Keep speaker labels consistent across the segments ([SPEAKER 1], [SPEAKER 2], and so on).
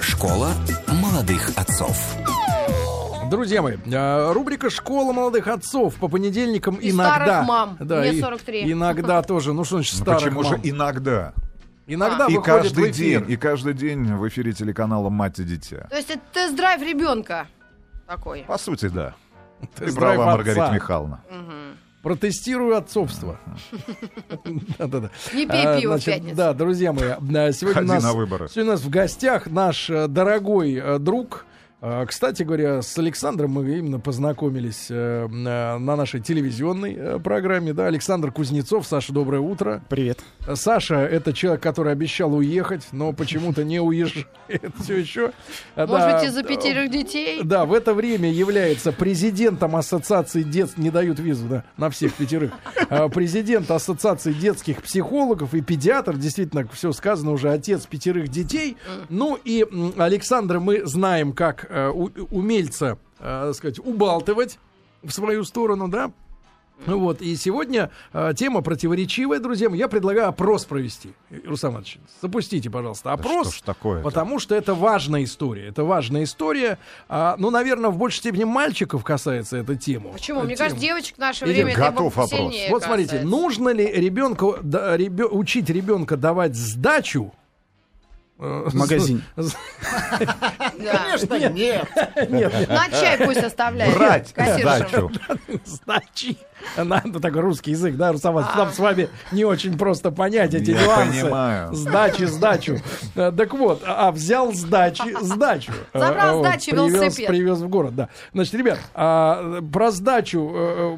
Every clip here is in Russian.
[SPEAKER 1] Школа молодых отцов.
[SPEAKER 2] Друзья мои, э, рубрика «Школа молодых отцов» по понедельникам
[SPEAKER 3] И
[SPEAKER 2] иногда...
[SPEAKER 3] старых мам. Мне
[SPEAKER 2] и-
[SPEAKER 3] 43.
[SPEAKER 2] иногда тоже. Ну что значит
[SPEAKER 4] Ну,
[SPEAKER 2] старых
[SPEAKER 4] Почему же
[SPEAKER 2] мам?
[SPEAKER 4] иногда?
[SPEAKER 2] Иногда
[SPEAKER 4] И
[SPEAKER 2] выходит в
[SPEAKER 4] каждый
[SPEAKER 2] эфир.
[SPEAKER 4] день, и каждый день в эфире телеканала «Мать и дитя».
[SPEAKER 3] То есть это тест-драйв ребенка такой.
[SPEAKER 4] По сути, да. Ты
[SPEAKER 2] Тест-драйв
[SPEAKER 4] права,
[SPEAKER 2] отца.
[SPEAKER 4] Маргарита Михайловна.
[SPEAKER 2] Протестирую отцовство. Да-да-да.
[SPEAKER 3] Не пей
[SPEAKER 2] А,
[SPEAKER 3] пиво в
[SPEAKER 2] значит,
[SPEAKER 3] пятницу.
[SPEAKER 2] Да, друзья мои, а, сегодня у
[SPEAKER 4] Ходи
[SPEAKER 2] нас,
[SPEAKER 4] на выборы.
[SPEAKER 2] сегодня у нас в гостях наш э, дорогой э, друг. Э, Кстати говоря, с Александром мы именно познакомились э, э, на нашей телевизионной э, программе. Да, Александр Кузнецов. Саша, доброе утро. Э,
[SPEAKER 5] Привет.
[SPEAKER 2] Саша — это человек, который обещал уехать, но почему-то не уезжает Э, все еще.
[SPEAKER 3] Может быть, из-за пятерых детей?
[SPEAKER 2] Да, в это время является президентом Ассоциации детств... Не дают визу, да, на всех пятерых. А, Президент Ассоциации детских психологов и педиатр. Действительно, все сказано уже, отец пятерых детей. Ну и м, Александра мы знаем как э, у- умельца, э, так сказать, убалтывать в свою сторону, да, ну вот, и сегодня э, тема противоречивая, друзья. мои. Я предлагаю опрос провести. Руслан Иванович, запустите, пожалуйста,
[SPEAKER 4] Да
[SPEAKER 2] опрос.
[SPEAKER 4] Что ж такое?
[SPEAKER 2] Потому что это важная история. Это важная история. А, ну, наверное, в большей степени мальчиков касается эта тема. Э,
[SPEAKER 3] Почему? Мне
[SPEAKER 2] Тема.
[SPEAKER 3] кажется, девочек в наше
[SPEAKER 2] Или
[SPEAKER 3] время это
[SPEAKER 4] готов
[SPEAKER 3] бо-
[SPEAKER 4] опрос.
[SPEAKER 3] сильнее
[SPEAKER 2] Вот смотрите, ну,
[SPEAKER 3] касается.
[SPEAKER 2] нужно ли ребенку да, ребё- учить ребенка давать сдачу? э,
[SPEAKER 5] В магазине.
[SPEAKER 2] с-
[SPEAKER 3] Да.
[SPEAKER 6] нет.
[SPEAKER 3] На чай пусть оставляет.
[SPEAKER 4] Брать
[SPEAKER 3] кассирша.
[SPEAKER 4] сдачу.
[SPEAKER 2] сдачи. Надо такой русский язык, да, Русамат? Нам
[SPEAKER 3] А.
[SPEAKER 2] с вами не очень просто понять эти
[SPEAKER 4] Я
[SPEAKER 2] нюансы.
[SPEAKER 4] понимаю.
[SPEAKER 2] Сдачи, сдачу. Э, Так вот, а а взял сдачи, сдачу. Э, э,
[SPEAKER 3] Забрал
[SPEAKER 2] вот,
[SPEAKER 3] сдачи,
[SPEAKER 2] привез-
[SPEAKER 3] велосипед.
[SPEAKER 2] Привез в город, да. Значит, ребят, а, э, про сдачу э,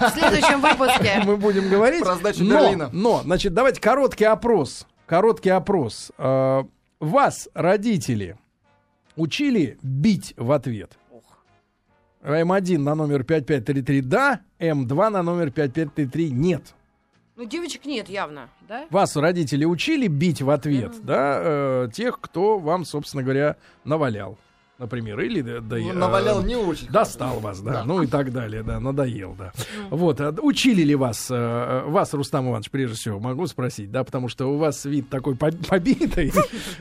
[SPEAKER 3] В следующем
[SPEAKER 2] э,
[SPEAKER 3] выпуске.
[SPEAKER 2] мы будем говорить.
[SPEAKER 6] Про сдачу
[SPEAKER 2] но,
[SPEAKER 6] Берлина.
[SPEAKER 2] но, значит, давайте короткий опрос. Короткий опрос. Э, Вас, родители, учили бить в ответ? М1 на номер 5533 да, М2 на номер 5533 нет.
[SPEAKER 3] Ну, девочек нет явно, да?
[SPEAKER 2] Вас родители учили бить в ответ, да, э, тех, кто вам, собственно говоря, навалял, например, или да, да, э,
[SPEAKER 6] Ну, Навалял не очень.
[SPEAKER 2] достал вас, да, ну и так далее, да, надоел, да. Вот, а учили ли вас, э, вас, Рустам Иванович, прежде всего, могу спросить, да, потому что у вас вид такой по- побитый.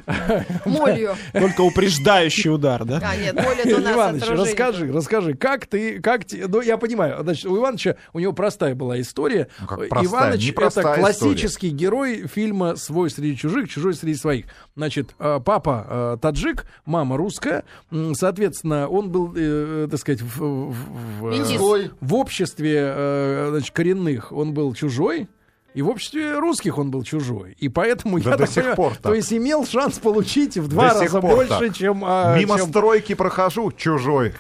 [SPEAKER 3] Молью.
[SPEAKER 5] Только упреждающий удар, да?
[SPEAKER 3] А, нет, моля это у нас
[SPEAKER 2] Иванович,
[SPEAKER 3] от оружейника.
[SPEAKER 2] расскажи, расскажи, как ты, как те- ну я понимаю, значит, у Ивановича, у него простая была история.
[SPEAKER 4] Ну, как простая,
[SPEAKER 2] Иваныч это
[SPEAKER 4] непростая
[SPEAKER 2] классический герой фильма «Свой среди чужих, чужой среди своих». Значит, э, папа э, таджик, мама русская, М, соответственно, он был, э, так сказать, в, в- в-
[SPEAKER 3] Индис.
[SPEAKER 6] Ой.
[SPEAKER 2] в обществе э, значит, коренных он был чужой, и в обществе русских он был чужой. И поэтому
[SPEAKER 4] Да
[SPEAKER 2] я
[SPEAKER 4] до
[SPEAKER 2] так
[SPEAKER 4] сих
[SPEAKER 2] понимаю,
[SPEAKER 4] пор
[SPEAKER 2] то
[SPEAKER 4] так.
[SPEAKER 2] есть имел шанс получить в два
[SPEAKER 4] До сих
[SPEAKER 2] раза
[SPEAKER 4] пор
[SPEAKER 2] больше,
[SPEAKER 4] так.
[SPEAKER 2] чем... а,
[SPEAKER 4] Мимо
[SPEAKER 2] чем-
[SPEAKER 4] стройки прохожу, чужой.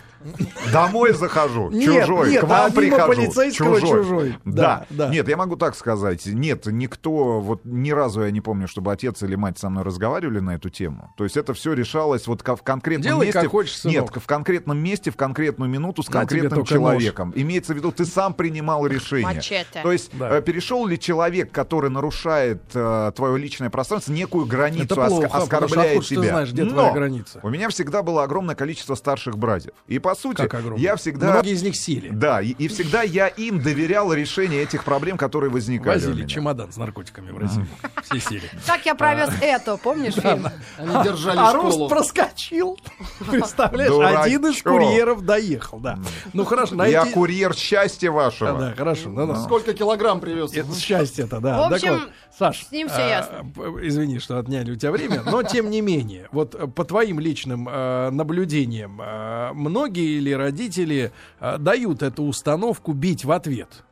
[SPEAKER 4] Домой захожу, чужой.
[SPEAKER 2] нет,
[SPEAKER 4] к вам
[SPEAKER 2] а мимо
[SPEAKER 4] прихожу,
[SPEAKER 2] полицейского чужой.
[SPEAKER 4] Да,
[SPEAKER 2] Да, да.
[SPEAKER 4] Нет, я могу так сказать. Нет, никто, вот ни разу я не помню, чтобы отец или мать со мной разговаривали на эту тему. То есть это все решалось вот ко- в конкретном
[SPEAKER 2] Делай,
[SPEAKER 4] месте.
[SPEAKER 2] как хочешь, сынок.
[SPEAKER 4] Нет, в конкретном месте, в конкретную минуту с
[SPEAKER 2] На тебе
[SPEAKER 4] конкретным
[SPEAKER 2] только нож.
[SPEAKER 4] человеком. Имеется в виду, ты сам принимал решение.
[SPEAKER 3] Мачете.
[SPEAKER 4] То есть
[SPEAKER 2] Да.
[SPEAKER 4] э, перешел ли человек, который нарушает э, твое личное пространство, некую границу,
[SPEAKER 2] Это
[SPEAKER 4] оск-
[SPEAKER 2] плохо, потому что
[SPEAKER 4] оскорбляет
[SPEAKER 2] откуда ж ты
[SPEAKER 4] тебя.
[SPEAKER 2] знаешь, где
[SPEAKER 4] Но
[SPEAKER 2] твоя граница?
[SPEAKER 4] у меня всегда было огромное количество старших братьев. И по сути,
[SPEAKER 2] Как огромное.
[SPEAKER 4] я всегда...
[SPEAKER 2] Многие из них сели.
[SPEAKER 4] Да, и, и всегда я им доверял решение этих проблем, которые возникали у
[SPEAKER 2] Возили
[SPEAKER 4] меня.
[SPEAKER 2] чемодан с наркотиками в России. Все сели.
[SPEAKER 3] Как я провез это, помнишь фильм?
[SPEAKER 6] Они держали
[SPEAKER 2] А рост
[SPEAKER 6] школу.
[SPEAKER 2] проскочил. Представляешь,
[SPEAKER 4] Дурачок.
[SPEAKER 2] один из курьеров доехал, да. Ну хорошо, на
[SPEAKER 4] Я
[SPEAKER 2] эти-
[SPEAKER 4] курьер счастья
[SPEAKER 2] Да,
[SPEAKER 4] вашего.
[SPEAKER 2] да, хорошо. ну, да, да.
[SPEAKER 6] Сколько килограмм привез?
[SPEAKER 2] Это счастье-то, да.
[SPEAKER 3] В общем,
[SPEAKER 2] Так вот, Саш,
[SPEAKER 3] с ним всё
[SPEAKER 2] а,
[SPEAKER 3] ясно.
[SPEAKER 2] п- извини, что отняли у тебя время, но тем не менее, вот э, по твоим личным э, наблюдениям, э, многие или родители э, дают эту установку бить в ответ?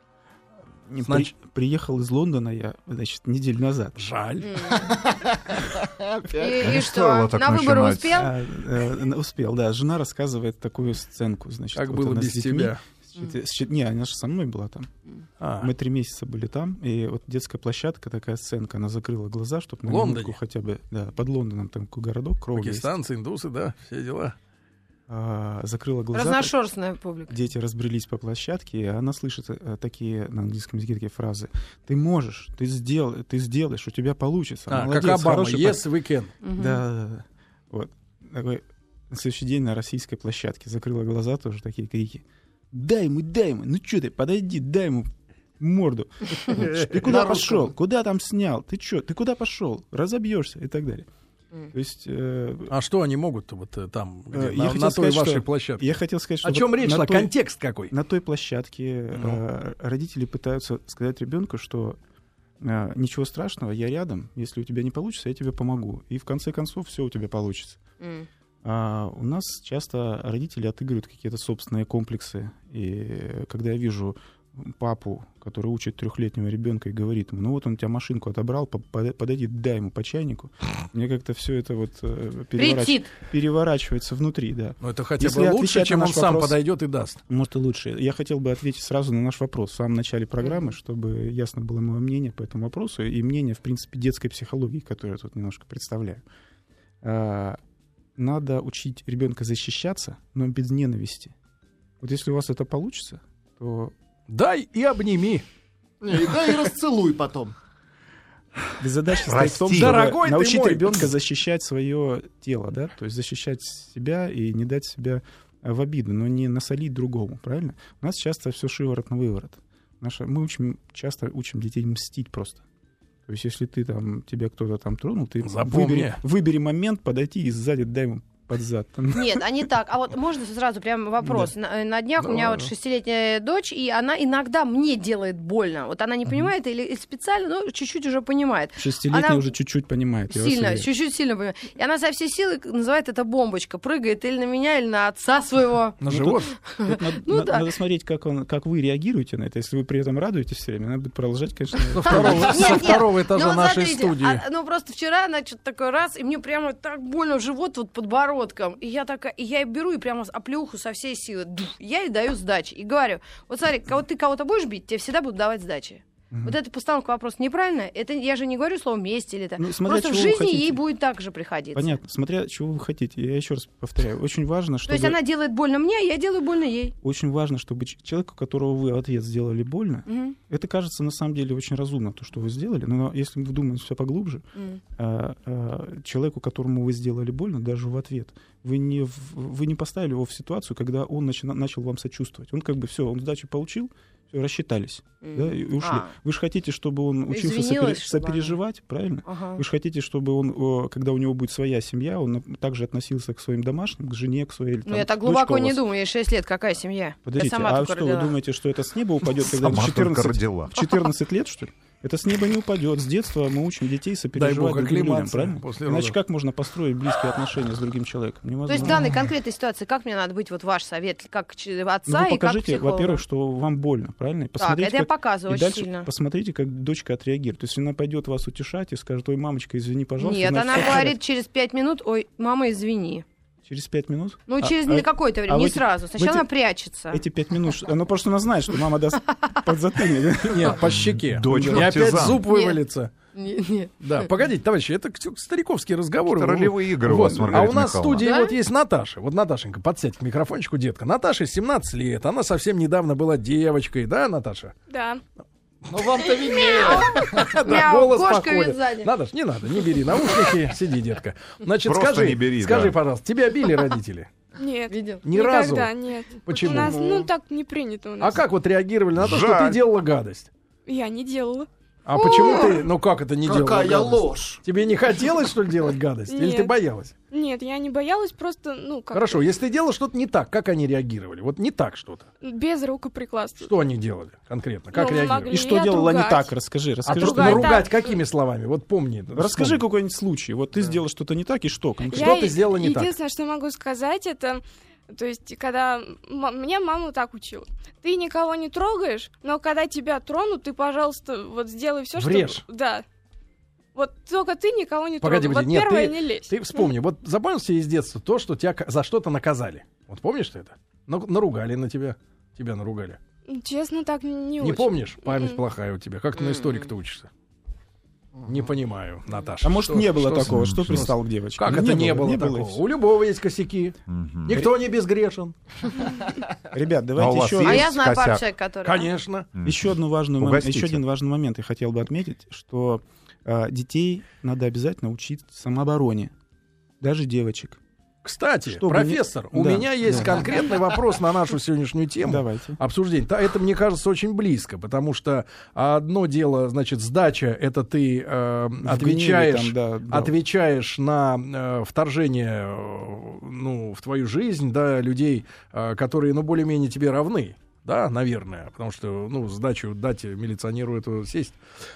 [SPEAKER 5] Не,
[SPEAKER 2] Значит-
[SPEAKER 5] при- приехал из Лондона я, значит, неделю назад.
[SPEAKER 2] Жаль.
[SPEAKER 6] Опять.
[SPEAKER 3] И и что,
[SPEAKER 4] стоило так
[SPEAKER 3] на выборы
[SPEAKER 4] начинать.
[SPEAKER 3] успел?
[SPEAKER 5] А, э, успел, да. Жена рассказывает такую сценку, значит.
[SPEAKER 2] Как
[SPEAKER 5] вот
[SPEAKER 2] было
[SPEAKER 5] она с
[SPEAKER 2] без
[SPEAKER 5] детьми.
[SPEAKER 2] тебя?
[SPEAKER 5] С чет- с чет- Не, она же со мной была там.
[SPEAKER 2] А.
[SPEAKER 5] Мы три месяца были там, и вот детская площадка, такая сценка, она закрыла глаза, чтобы на
[SPEAKER 2] В Лондоне?
[SPEAKER 5] минутку хотя бы, да, под Лондоном там такой городок, кровли есть.
[SPEAKER 2] Пакистанцы, индусы, да, все дела.
[SPEAKER 5] А, закрыла глаза.
[SPEAKER 3] Разношерстная публика.
[SPEAKER 5] дети разбрелись по площадке, и она слышит э, такие на английском языке такие фразы: "Ты можешь, ты сделал, ты сделаешь, у тебя получится".
[SPEAKER 2] А,
[SPEAKER 5] молодец,
[SPEAKER 2] как Обама,
[SPEAKER 5] хороший
[SPEAKER 2] yes, we can.
[SPEAKER 5] пар-». Да, да, да. Вот такой на следующий день на российской площадке закрыла глаза тоже такие крики: "Дай ему, дай ему, ну что ты, подойди, дай ему морду. Ты куда
[SPEAKER 6] На русском.
[SPEAKER 5] пошел? Куда там снял? Ты что? Ты куда пошел? Разобьешься и так далее.
[SPEAKER 3] М.
[SPEAKER 5] То есть э,
[SPEAKER 2] А что они могут-то вот э, там, где,
[SPEAKER 5] Э, я
[SPEAKER 2] на,
[SPEAKER 5] хотел
[SPEAKER 2] на той
[SPEAKER 5] сказать,
[SPEAKER 2] вашей
[SPEAKER 5] что-
[SPEAKER 2] площадке?
[SPEAKER 5] я хотел сказать, что...
[SPEAKER 2] О чем
[SPEAKER 5] вот
[SPEAKER 2] речь
[SPEAKER 5] на
[SPEAKER 2] шла?
[SPEAKER 5] той-
[SPEAKER 2] Контекст какой?
[SPEAKER 5] На той площадке
[SPEAKER 2] Ну.
[SPEAKER 5] э, родители пытаются сказать ребенку, что э, ничего страшного, я рядом, если у тебя не получится, я тебе помогу. И в конце концов все у тебя получится.
[SPEAKER 3] М.
[SPEAKER 5] А у нас часто родители отыгрывают какие-то собственные комплексы. И э, когда я вижу папу, который учит трехлетнего ребенка и говорит ему, ну вот он у тебя машинку отобрал, по- пода- подойди, дай ему по чайнику. Мне как-то все это вот э, переворач-
[SPEAKER 3] Претит.
[SPEAKER 5] переворачивается внутри, да.
[SPEAKER 2] Ну, это хотя
[SPEAKER 5] Если
[SPEAKER 2] бы лучше,
[SPEAKER 5] отвечать на
[SPEAKER 2] чем он
[SPEAKER 5] наш
[SPEAKER 2] сам
[SPEAKER 5] вопрос-
[SPEAKER 2] подойдет и даст.
[SPEAKER 5] Может, и лучше. Я хотел бы ответить сразу на наш вопрос в самом начале программы, чтобы ясно было мое мнение по этому вопросу и мнение, в принципе, детской психологии, которую я тут немножко представляю. А, Надо учить ребенка защищаться, но без ненависти. Вот если у вас это получится, то
[SPEAKER 2] Дай и обними.
[SPEAKER 6] Не, и да и расцелуй потом.
[SPEAKER 5] задача стоит в том,
[SPEAKER 4] Прости.
[SPEAKER 5] чтобы
[SPEAKER 2] Дорогой ты
[SPEAKER 5] научить
[SPEAKER 2] мой.
[SPEAKER 5] ребенка защищать свое тело, да, то есть защищать себя и не дать себя э, в обиду, но не насолить другому, правильно? У нас часто все шиворот на выворот. Наша, мы учим, часто учим детей мстить просто. То есть, если ты там, тебя кто-то там тронул, ты
[SPEAKER 2] Запомни.
[SPEAKER 5] выбери, выбери момент, подойти и сзади дай ему под зад. Там.
[SPEAKER 3] Нет, они так. А вот можно сразу прям вопрос. На, на днях у меня
[SPEAKER 2] Давай.
[SPEAKER 3] вот шестилетняя дочь, и она иногда мне делает больно. Вот она не понимает или или специально, но чуть-чуть уже понимает.
[SPEAKER 5] Шестилетний
[SPEAKER 3] Она-
[SPEAKER 5] уже чуть-чуть понимает. я вас
[SPEAKER 3] Сильно,
[SPEAKER 5] уверяю.
[SPEAKER 3] чуть-чуть сильно понимает. И она со всей силы называет это бомбочка. Прыгает или на меня, или на отца своего.
[SPEAKER 2] На
[SPEAKER 5] Ну,
[SPEAKER 2] живот.
[SPEAKER 5] Тут надо,
[SPEAKER 3] Ну
[SPEAKER 5] на-
[SPEAKER 3] да.
[SPEAKER 5] надо смотреть, как, он, как вы реагируете на это. Если вы при этом радуетесь все время, надо будет продолжать, конечно.
[SPEAKER 2] Со второго,
[SPEAKER 3] Нет,
[SPEAKER 2] со
[SPEAKER 3] нет.
[SPEAKER 2] второго этажа
[SPEAKER 3] Ну, вот
[SPEAKER 2] нашей
[SPEAKER 3] смотрите,
[SPEAKER 2] студии.
[SPEAKER 3] а, ну, просто вчера она что-то такое раз, и мне прямо так больно в живот вот подбородком. И я такая, и я и беру и прямо оплюху со всей силы. Дух. Я ей даю сдачи. И говорю, вот смотри, кого ты кого-то будешь бить, тебе всегда будут давать сдачи. Вот эта постановка вопроса неправильная. Это я же не говорю слово месть или это.
[SPEAKER 5] Ну, смотря
[SPEAKER 3] Просто в
[SPEAKER 5] чего вы
[SPEAKER 3] жизни ей
[SPEAKER 5] хотите.
[SPEAKER 3] будет так же приходиться.
[SPEAKER 5] Понятно, смотря чего вы хотите. Я еще раз повторяю, очень важно,
[SPEAKER 3] То
[SPEAKER 5] чтобы,
[SPEAKER 3] есть она делает больно мне, а я делаю больно ей.
[SPEAKER 5] очень важно, чтобы ч- человеку, которого вы в ответ сделали больно,
[SPEAKER 3] Мгм.
[SPEAKER 5] это кажется на самом деле очень разумно, то, что вы сделали, но если мы вдумаемся все поглубже,
[SPEAKER 3] Мгм.
[SPEAKER 5] а, а, человеку, которому вы сделали больно, даже в ответ, вы не, в- вы не поставили его в ситуацию, когда он начина- начал вам сочувствовать. Он как бы все, он сдачу получил, всё, рассчитались, да, и ушли.
[SPEAKER 3] А,
[SPEAKER 5] Вы же хотите, чтобы он учился
[SPEAKER 3] Извинилась,
[SPEAKER 5] сопере-
[SPEAKER 3] чтобы она-
[SPEAKER 5] сопереживать, правильно?
[SPEAKER 3] ага.
[SPEAKER 5] Вы же хотите, чтобы он, о, когда у него будет своя семья, он нап- также относился к своим домашним, к жене, к своей... или
[SPEAKER 3] Ну,
[SPEAKER 5] там,
[SPEAKER 3] я так
[SPEAKER 5] дочка у
[SPEAKER 3] глубоко не
[SPEAKER 5] вас.
[SPEAKER 3] думаю, ей 6 лет, какая семья?
[SPEAKER 5] Подождите,
[SPEAKER 3] я сама
[SPEAKER 5] а
[SPEAKER 3] только
[SPEAKER 5] что,
[SPEAKER 3] родила.
[SPEAKER 5] вы думаете, что это с неба упадет, когда ему
[SPEAKER 4] Сама только
[SPEAKER 5] 14,
[SPEAKER 4] родила.
[SPEAKER 5] в 14 лет, что ли? Это с неба не упадет. С детства мы учим детей сопереживать
[SPEAKER 2] Дай бог
[SPEAKER 5] другим людям,
[SPEAKER 2] оклематься
[SPEAKER 5] правильно?
[SPEAKER 2] после
[SPEAKER 5] Иначе
[SPEAKER 2] родов.
[SPEAKER 5] как можно построить близкие отношения с другим человеком? Невозможно.
[SPEAKER 3] То есть в данной конкретной ситуации, как мне надо быть, вот ваш совет, как ч-
[SPEAKER 5] Ну,
[SPEAKER 3] отца
[SPEAKER 5] вы
[SPEAKER 3] и как
[SPEAKER 5] покажите,
[SPEAKER 3] психолога?
[SPEAKER 5] во-первых, что вам больно, правильно? И
[SPEAKER 3] так,
[SPEAKER 5] посмотрите,
[SPEAKER 3] это я
[SPEAKER 5] как-
[SPEAKER 3] показываю
[SPEAKER 5] и
[SPEAKER 3] очень
[SPEAKER 5] дальше
[SPEAKER 3] сильно.
[SPEAKER 5] посмотрите, как дочка отреагирует. Если она пойдет вас утешать и скажет, ой, мамочка, извини, пожалуйста.
[SPEAKER 3] Нет,
[SPEAKER 5] значит,
[SPEAKER 3] она
[SPEAKER 5] всё в порядке.
[SPEAKER 3] говорит через пять минут, ой, мама, извини.
[SPEAKER 5] Через пять минут?
[SPEAKER 3] Ну,
[SPEAKER 5] А-
[SPEAKER 3] через
[SPEAKER 5] а-
[SPEAKER 3] на какое-то время,
[SPEAKER 5] а
[SPEAKER 3] не
[SPEAKER 5] в эти-
[SPEAKER 3] сразу. Сначала
[SPEAKER 5] эти-
[SPEAKER 3] она прячется.
[SPEAKER 5] Эти пять минут, что- ну просто она знает, что мама даст подзатыльник.
[SPEAKER 3] а,
[SPEAKER 2] Нет, по щеке.
[SPEAKER 4] Дочь
[SPEAKER 2] И опять
[SPEAKER 4] партизан.
[SPEAKER 2] зуб вывалится.
[SPEAKER 3] Не- не.
[SPEAKER 2] Да, погодите, товарищи, это к- стариковские разговоры.
[SPEAKER 4] Это ролевые игры у
[SPEAKER 2] Вот.
[SPEAKER 4] вас, Маргарита
[SPEAKER 2] А у нас в
[SPEAKER 4] Михайловна.
[SPEAKER 2] студии
[SPEAKER 3] Да?
[SPEAKER 2] вот есть Наташа. Вот, Наташенька, подсядь к микрофончику, детка. Наташе 17 лет. Она совсем недавно была девочкой. Да, Наташа?
[SPEAKER 7] Да.
[SPEAKER 6] Но вам-то виднее.
[SPEAKER 2] Ну, Да,
[SPEAKER 3] Мяу,
[SPEAKER 2] голос
[SPEAKER 3] кошка
[SPEAKER 2] подходит.
[SPEAKER 3] ведь сзади.
[SPEAKER 2] Надо ж, не надо, не бери наушники, сиди, детка. Значит,
[SPEAKER 4] Просто
[SPEAKER 2] скажи,
[SPEAKER 4] не бери,
[SPEAKER 2] скажи,
[SPEAKER 4] да.
[SPEAKER 2] пожалуйста, тебя били родители?
[SPEAKER 7] Нет.
[SPEAKER 3] Видел?
[SPEAKER 2] Ни разу?
[SPEAKER 7] Никогда нет.
[SPEAKER 2] Почему?
[SPEAKER 7] У нас, ну, так не принято у
[SPEAKER 2] А
[SPEAKER 7] нас.
[SPEAKER 2] как вот реагировали на то, что
[SPEAKER 4] Жаль.
[SPEAKER 2] ты делала гадость?
[SPEAKER 7] Я не делала.
[SPEAKER 2] А почему ты, ну как это не делала
[SPEAKER 6] Какая
[SPEAKER 2] гадость?
[SPEAKER 6] ложь.
[SPEAKER 2] Тебе не хотелось, что ли, делать гадость? Или ты
[SPEAKER 7] Нет.
[SPEAKER 2] боялась?
[SPEAKER 7] Нет, я не боялась, просто, ну, как
[SPEAKER 2] Хорошо, если ты делал что-то не так, как они реагировали? Вот не так что-то.
[SPEAKER 7] без рукоприкладства.
[SPEAKER 2] Что они делали конкретно? Как
[SPEAKER 7] Ну,
[SPEAKER 2] реагировали?
[SPEAKER 7] могли
[SPEAKER 5] И что
[SPEAKER 7] Меня
[SPEAKER 5] делала не
[SPEAKER 7] ругать.
[SPEAKER 5] так? Расскажи,
[SPEAKER 2] А
[SPEAKER 5] расскажи.
[SPEAKER 2] то,
[SPEAKER 7] Скажи,
[SPEAKER 2] что
[SPEAKER 5] что-
[SPEAKER 7] ругать.
[SPEAKER 2] ругать какими словами? Вот помни.
[SPEAKER 5] Расскажи
[SPEAKER 2] вспомни.
[SPEAKER 5] какой-нибудь случай. Вот ты сделал что-то не так, и что? конкретно?
[SPEAKER 2] Что ты
[SPEAKER 7] е-
[SPEAKER 2] сделала не так?
[SPEAKER 7] Единственное, что могу сказать, это... То есть, когда... м- Меня мама так учила. Ты никого не трогаешь, но когда тебя тронут, ты, пожалуйста, вот сделай все,
[SPEAKER 2] Врежь.
[SPEAKER 7] что... Да. Вот только ты никого не
[SPEAKER 2] Погоди,
[SPEAKER 7] трогай. Вот
[SPEAKER 2] погоди, нет,
[SPEAKER 7] первое
[SPEAKER 2] ты-
[SPEAKER 7] не лезь.
[SPEAKER 2] Ты вспомни, вот запомнил себе из детства то, что тебя к- за что-то наказали. Вот помнишь ты это? Ну, Наругали на тебя. Тебя наругали.
[SPEAKER 7] М, Честно, так не
[SPEAKER 2] Не
[SPEAKER 7] очень.
[SPEAKER 2] помнишь? Память
[SPEAKER 7] Мгм.
[SPEAKER 2] плохая у тебя. Как ты на историк-то учишься? Не понимаю, Наташа.
[SPEAKER 5] А может,
[SPEAKER 2] Что-
[SPEAKER 5] не было
[SPEAKER 2] что с-
[SPEAKER 5] такого? Что
[SPEAKER 4] что с-
[SPEAKER 5] пристал к девочке?
[SPEAKER 2] Как
[SPEAKER 5] Ну,
[SPEAKER 2] это не было,
[SPEAKER 5] не было, и
[SPEAKER 2] такого?
[SPEAKER 5] всё.
[SPEAKER 2] У любого есть косяки.
[SPEAKER 4] Мгм.
[SPEAKER 2] Никто не безгрешен.
[SPEAKER 5] Ребят,
[SPEAKER 4] А у
[SPEAKER 5] давайте
[SPEAKER 4] вас
[SPEAKER 5] еще...
[SPEAKER 4] есть?
[SPEAKER 3] А я знаю пару
[SPEAKER 4] косяк.
[SPEAKER 3] человек, которые...
[SPEAKER 2] Конечно.
[SPEAKER 4] Мгм.
[SPEAKER 5] Еще, одну важную мом-
[SPEAKER 4] Угостите.
[SPEAKER 5] еще один важный момент я хотел бы отметить, что а, э, детей надо обязательно учить самообороне, даже девочек.
[SPEAKER 2] Кстати,
[SPEAKER 5] Чтобы не-
[SPEAKER 2] профессор, у
[SPEAKER 5] Да.
[SPEAKER 2] меня есть конкретный вопрос на нашу сегодняшнюю тему.
[SPEAKER 5] Давайте.
[SPEAKER 2] обсуждение. Та- Это, мне кажется, очень близко, потому что одно дело, значит, сдача, это ты э,
[SPEAKER 5] В
[SPEAKER 2] отвечаешь,
[SPEAKER 5] гневе там, да, да.
[SPEAKER 2] отвечаешь на э, вторжение, э, ну, в твою жизнь, да, людей, э, которые, ну, более-менее тебе равны. Да, наверное, потому что, ну, сдачу дать милиционеру эту сесть.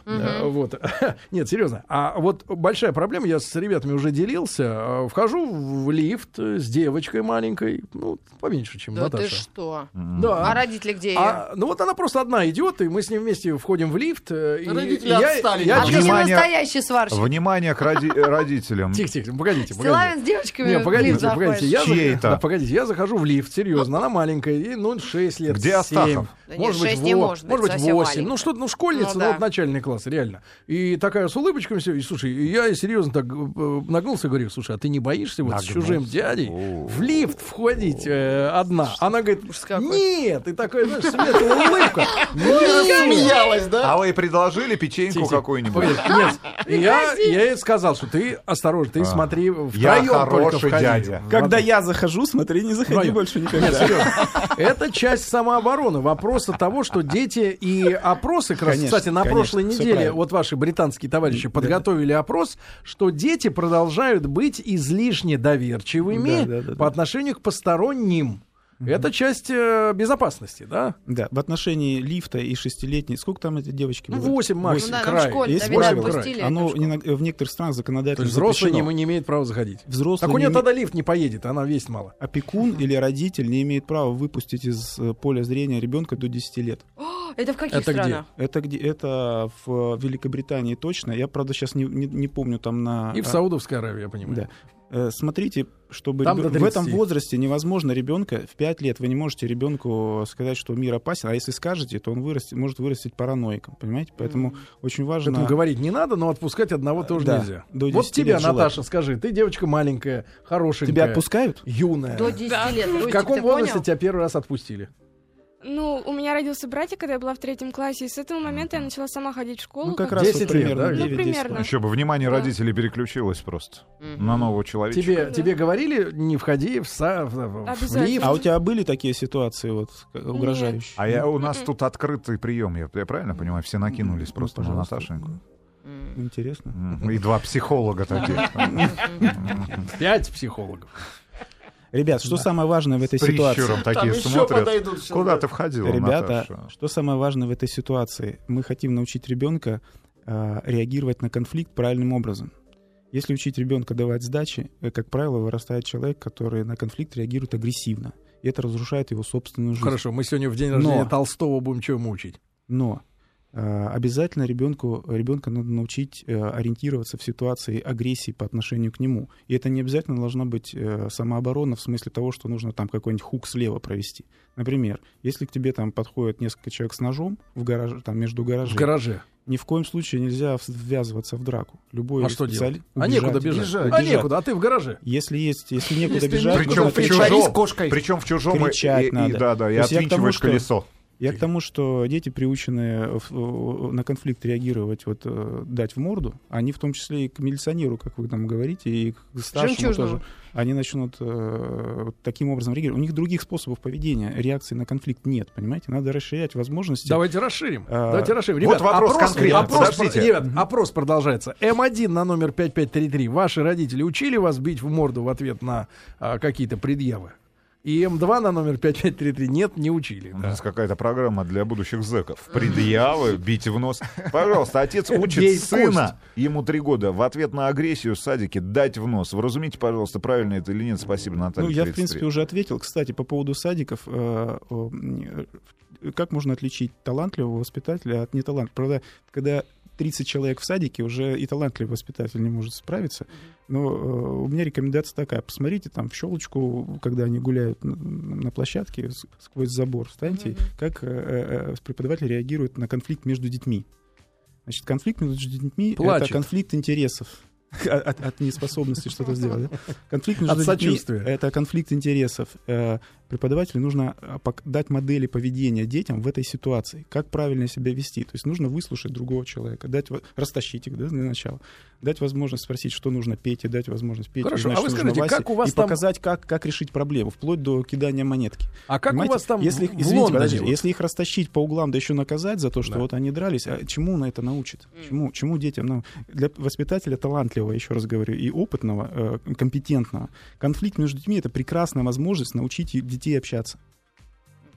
[SPEAKER 2] Э, Вот. Нет, серьезно. А вот большая проблема, я с ребятами уже делился. Э, Вхожу в лифт э, с девочкой маленькой, ну, поменьше, чем
[SPEAKER 3] Да ты
[SPEAKER 2] Наташа.
[SPEAKER 3] что?
[SPEAKER 4] М.
[SPEAKER 2] Да.
[SPEAKER 3] А родители где ее?
[SPEAKER 2] А, ну вот она просто одна идет, и мы с ней вместе входим в лифт. э, И,
[SPEAKER 6] Родители
[SPEAKER 2] и я-
[SPEAKER 6] отстали.
[SPEAKER 2] я
[SPEAKER 3] А ты
[SPEAKER 2] честно-
[SPEAKER 3] не
[SPEAKER 4] Внимание.
[SPEAKER 3] настоящий сварщик.
[SPEAKER 4] Внимание к роди- родителям.
[SPEAKER 2] Тихо, тихо, погодите,
[SPEAKER 3] Силавин
[SPEAKER 2] погодите.
[SPEAKER 3] с девочками
[SPEAKER 2] Не,
[SPEAKER 3] в
[SPEAKER 2] погодите,
[SPEAKER 3] лифт заходит.
[SPEAKER 2] погодите. Я,
[SPEAKER 4] Чьей-то.
[SPEAKER 2] захожу, да, погодите, я захожу в лифт, серьезно, она маленькая, ей, ну, 6 лет,
[SPEAKER 4] Где Астахов?
[SPEAKER 2] семь.
[SPEAKER 3] А. Да нет,
[SPEAKER 2] может, быть,
[SPEAKER 3] шесть не
[SPEAKER 2] во-
[SPEAKER 3] может быть,
[SPEAKER 2] может быть,
[SPEAKER 3] совсем
[SPEAKER 2] 8.
[SPEAKER 3] маленькая.
[SPEAKER 2] Ну, что-то, ну, школьница,
[SPEAKER 3] Ну,
[SPEAKER 2] ну,
[SPEAKER 3] да.
[SPEAKER 2] вот начальный класс, реально. И такая с улыбочками все. И, слушай, и я ей серьезно так э, нагнулся и говорю, слушай, а ты не боишься вот с чужим дядей в лифт входить э, одна? Она говорит,
[SPEAKER 3] какой.
[SPEAKER 2] нет, и такая, знаешь, светлая улыбка. Ну,
[SPEAKER 6] Смеялась, да?
[SPEAKER 4] А вы предложили печеньку
[SPEAKER 2] Тихо,
[SPEAKER 4] какую-нибудь?
[SPEAKER 2] Погоди, нет, я, я ей сказал, что ты осторожно, ты смотри втроем
[SPEAKER 4] А. Я
[SPEAKER 2] только
[SPEAKER 4] хороший
[SPEAKER 2] входи.
[SPEAKER 4] дядя.
[SPEAKER 5] Когда я захожу, смотри, не заходи
[SPEAKER 2] Вдвоем.
[SPEAKER 5] больше никогда.
[SPEAKER 2] Нет, серьезно. Это часть самообороны. Вопроса того, что дети и опросы, как раз,
[SPEAKER 5] Конечно,
[SPEAKER 2] кстати, на
[SPEAKER 5] конечно,
[SPEAKER 2] прошлой
[SPEAKER 5] всё
[SPEAKER 2] неделе
[SPEAKER 5] правильно.
[SPEAKER 2] вот ваши британские товарищи подготовили опрос, что дети продолжают быть излишне доверчивыми
[SPEAKER 5] Да, да, да, да.
[SPEAKER 2] по отношению к посторонним. Это часть э, безопасности, да?
[SPEAKER 5] Да, в отношении лифта и шестилетней, сколько там эти девочки
[SPEAKER 2] Ну,
[SPEAKER 5] было?
[SPEAKER 2] 8
[SPEAKER 3] Ну
[SPEAKER 2] максимум.
[SPEAKER 3] да, нам в
[SPEAKER 2] край.
[SPEAKER 3] школе
[SPEAKER 5] Есть
[SPEAKER 3] Давида
[SPEAKER 5] правила.
[SPEAKER 3] отпустили.
[SPEAKER 5] Оно
[SPEAKER 3] это в
[SPEAKER 5] не
[SPEAKER 3] школу.
[SPEAKER 5] на- в некоторых странах
[SPEAKER 2] То
[SPEAKER 5] законодательно
[SPEAKER 2] есть взрослый не,
[SPEAKER 5] запрещено.
[SPEAKER 2] не имеет права заходить.
[SPEAKER 5] Взрослый
[SPEAKER 2] Так у
[SPEAKER 5] не
[SPEAKER 2] нее
[SPEAKER 5] име-
[SPEAKER 2] тогда лифт не поедет, она весит мало.
[SPEAKER 5] опекун или родитель не имеет права выпустить из э, поля зрения ребенка до 10 лет.
[SPEAKER 3] О, Это в каких
[SPEAKER 2] Это где?
[SPEAKER 3] странах?
[SPEAKER 5] Это где это в э, Великобритании точно. Я правда сейчас не, не- не помню там на.
[SPEAKER 2] И в
[SPEAKER 5] а,
[SPEAKER 2] Саудовской Аравии, я понимаю.
[SPEAKER 5] Да. Э, Смотрите, чтобы
[SPEAKER 2] Там
[SPEAKER 5] ребё-
[SPEAKER 2] до
[SPEAKER 5] в этом
[SPEAKER 2] 30.
[SPEAKER 5] возрасте невозможно ребенка в 5 лет. Вы не можете ребенку сказать, что мир опасен, а если скажете, то он вырастет, может вырастить параноиком. Понимаете? Поэтому очень важно.
[SPEAKER 2] Поэтому говорить не надо, но отпускать одного тоже
[SPEAKER 5] Да,
[SPEAKER 2] нельзя.
[SPEAKER 5] до
[SPEAKER 2] Вот
[SPEAKER 5] 10
[SPEAKER 2] тебя,
[SPEAKER 5] лет желательно.
[SPEAKER 2] Наташа, скажи, ты девочка маленькая, хорошенькая,
[SPEAKER 5] Тебя отпускают?
[SPEAKER 2] юная.
[SPEAKER 3] До 10 лет.
[SPEAKER 2] В
[SPEAKER 3] Рустик,
[SPEAKER 2] каком
[SPEAKER 3] ты
[SPEAKER 2] возрасте
[SPEAKER 3] понял?
[SPEAKER 2] тебя первый раз отпустили?
[SPEAKER 7] Ну, у меня родился братик, когда я была в третьем классе, и с этого момента я начала сама ходить в школу.
[SPEAKER 5] Ну, как
[SPEAKER 7] как-то.
[SPEAKER 5] раз
[SPEAKER 2] 10
[SPEAKER 5] вот
[SPEAKER 2] лет,
[SPEAKER 5] примерно
[SPEAKER 2] да,
[SPEAKER 7] Ну,
[SPEAKER 5] 9-10.
[SPEAKER 7] примерно.
[SPEAKER 4] Еще бы внимание родителей переключилось просто на нового человека.
[SPEAKER 2] Тебе,
[SPEAKER 7] да.
[SPEAKER 2] тебе говорили, не входи в, са, в- в
[SPEAKER 7] Обязательно.
[SPEAKER 2] лифт.
[SPEAKER 5] А у тебя были такие ситуации вот к- угрожающие?
[SPEAKER 4] А я, у нас тут открытый прием, я, я правильно понимаю? Все накинулись
[SPEAKER 5] Ну,
[SPEAKER 4] просто на
[SPEAKER 5] пожалуйста.
[SPEAKER 4] Наташеньку.
[SPEAKER 3] М.
[SPEAKER 5] Интересно.
[SPEAKER 4] Мгм. И два психолога таких.
[SPEAKER 2] Пять психологов.
[SPEAKER 5] Ребят, что самое важное в этой
[SPEAKER 4] С
[SPEAKER 5] ситуации?
[SPEAKER 4] прищуром
[SPEAKER 6] Там
[SPEAKER 4] такие
[SPEAKER 6] еще
[SPEAKER 4] смотрят.
[SPEAKER 6] подойдут сейчас.
[SPEAKER 4] Куда ты входила,
[SPEAKER 5] Ребята,
[SPEAKER 4] Наташа?
[SPEAKER 5] что самое важное в этой ситуации? Мы хотим научить ребенка а, реагировать на конфликт правильным образом. Если учить ребенка давать сдачи, э, как правило, вырастает человек, который на конфликт реагирует агрессивно. И это разрушает его собственную жизнь.
[SPEAKER 2] Хорошо, мы сегодня в день
[SPEAKER 5] Но-
[SPEAKER 2] рождения Толстого будем чего мучить.
[SPEAKER 5] Но а, обязательно ребенку, ребенка надо научить э, ориентироваться в ситуации агрессии по отношению к нему. И это не обязательно должна быть э, самооборона в смысле того, что нужно там какой-нибудь хук слева провести. Например, если к тебе там подходит несколько человек с ножом в гараже, там между
[SPEAKER 2] В
[SPEAKER 5] гаражами,
[SPEAKER 2] гараже.
[SPEAKER 5] ни в коем случае нельзя в- ввязываться в драку. Любой
[SPEAKER 2] а что
[SPEAKER 5] специали-
[SPEAKER 2] делать? А
[SPEAKER 5] убежать.
[SPEAKER 2] некуда бежать. А
[SPEAKER 5] Убежать.
[SPEAKER 2] некуда, а ты в гараже.
[SPEAKER 5] Если есть, если некуда
[SPEAKER 6] Если
[SPEAKER 5] бежать,
[SPEAKER 6] некуда,
[SPEAKER 4] Причем
[SPEAKER 5] нужно
[SPEAKER 4] в
[SPEAKER 6] кричать
[SPEAKER 5] кричать.
[SPEAKER 6] с
[SPEAKER 4] чужом.
[SPEAKER 6] кошкой.
[SPEAKER 4] Причем в чужом и-
[SPEAKER 5] Кричать
[SPEAKER 4] и- и-
[SPEAKER 5] надо.
[SPEAKER 4] да, да, и
[SPEAKER 5] То есть я к тому,
[SPEAKER 4] отвинчиваешь
[SPEAKER 5] что-
[SPEAKER 4] колесо.
[SPEAKER 5] Я к тому, что дети приучены в- в- на конфликт реагировать, вот э, дать в морду, они в том числе и к милиционеру, как вы там говорите, и к старшему
[SPEAKER 3] Жемчужному.
[SPEAKER 5] тоже. Они начнут э, вот таким образом реагировать. У них других способов поведения, реакции на конфликт нет, понимаете? Надо расширять возможности.
[SPEAKER 2] Давайте расширим.
[SPEAKER 5] А,
[SPEAKER 2] Давайте расширим.
[SPEAKER 4] вот
[SPEAKER 2] Ребят,
[SPEAKER 4] вопрос
[SPEAKER 2] опрос,
[SPEAKER 4] конкретный.
[SPEAKER 2] Опрос,
[SPEAKER 4] Подождите.
[SPEAKER 2] ребят, опрос продолжается. М1 на номер 5533. Ваши родители учили вас бить в морду в ответ на а, какие-то предъявы? И М2 на номер 5533 нет, не учили.
[SPEAKER 4] У нас какая-то программа для будущих зэков. Предъявы, бить в нос. Пожалуйста, отец учит
[SPEAKER 2] Бей в
[SPEAKER 4] сына, ему три года, в ответ на агрессию в садике дать в нос. Вразумите, пожалуйста, правильно это или нет. Спасибо, Наталья.
[SPEAKER 5] Ну, я, в
[SPEAKER 4] 33.
[SPEAKER 5] принципе, уже ответил. Кстати, по поводу садиков. э, о, м, э, Как можно отличить талантливого воспитателя от неталантливого? Правда, когда 30 человек в садике, уже и талантливый воспитатель не может справиться. Но э, у меня рекомендация такая. Посмотрите там в щелочку, когда они гуляют на- на площадке, с- сквозь забор встаньте, как э, э, э, преподаватель реагирует на конфликт между детьми. Значит, конфликт между детьми — это
[SPEAKER 2] Плачет.
[SPEAKER 5] конфликт интересов. От, от неспособности что-то сделать. да? Конфликт
[SPEAKER 2] От
[SPEAKER 5] между детьми
[SPEAKER 2] сочувствия.
[SPEAKER 5] это конфликт интересов. Э, Преподавателю нужно э, пок- дать модели поведения детям в этой ситуации, как правильно себя вести. То есть нужно выслушать другого человека, дать во- растащить их да, для начала, дать возможность спросить, что нужно Пете, дать возможность Пете
[SPEAKER 2] Хорошо,
[SPEAKER 5] узнать,
[SPEAKER 2] а вы
[SPEAKER 5] что нужно
[SPEAKER 2] скажите,
[SPEAKER 5] Васе,
[SPEAKER 2] как у вас
[SPEAKER 5] и
[SPEAKER 2] там-
[SPEAKER 5] показать, как, как решить проблему, вплоть до кидания монетки.
[SPEAKER 2] А как у
[SPEAKER 5] Понимаете?
[SPEAKER 2] вас там
[SPEAKER 5] если их,
[SPEAKER 2] в
[SPEAKER 5] извините,
[SPEAKER 2] Лондоне?
[SPEAKER 5] подождите,
[SPEAKER 2] вот?
[SPEAKER 5] если их растащить по углам, да еще наказать за то, что
[SPEAKER 2] Да.
[SPEAKER 5] вот они дрались, а чему она это научит? Чему, чему детям? Ну, для воспитателя талантливого, еще раз говорю, и опытного, э, компетентного, конфликт между детьми — это прекрасная возможность научить и- детей общаться.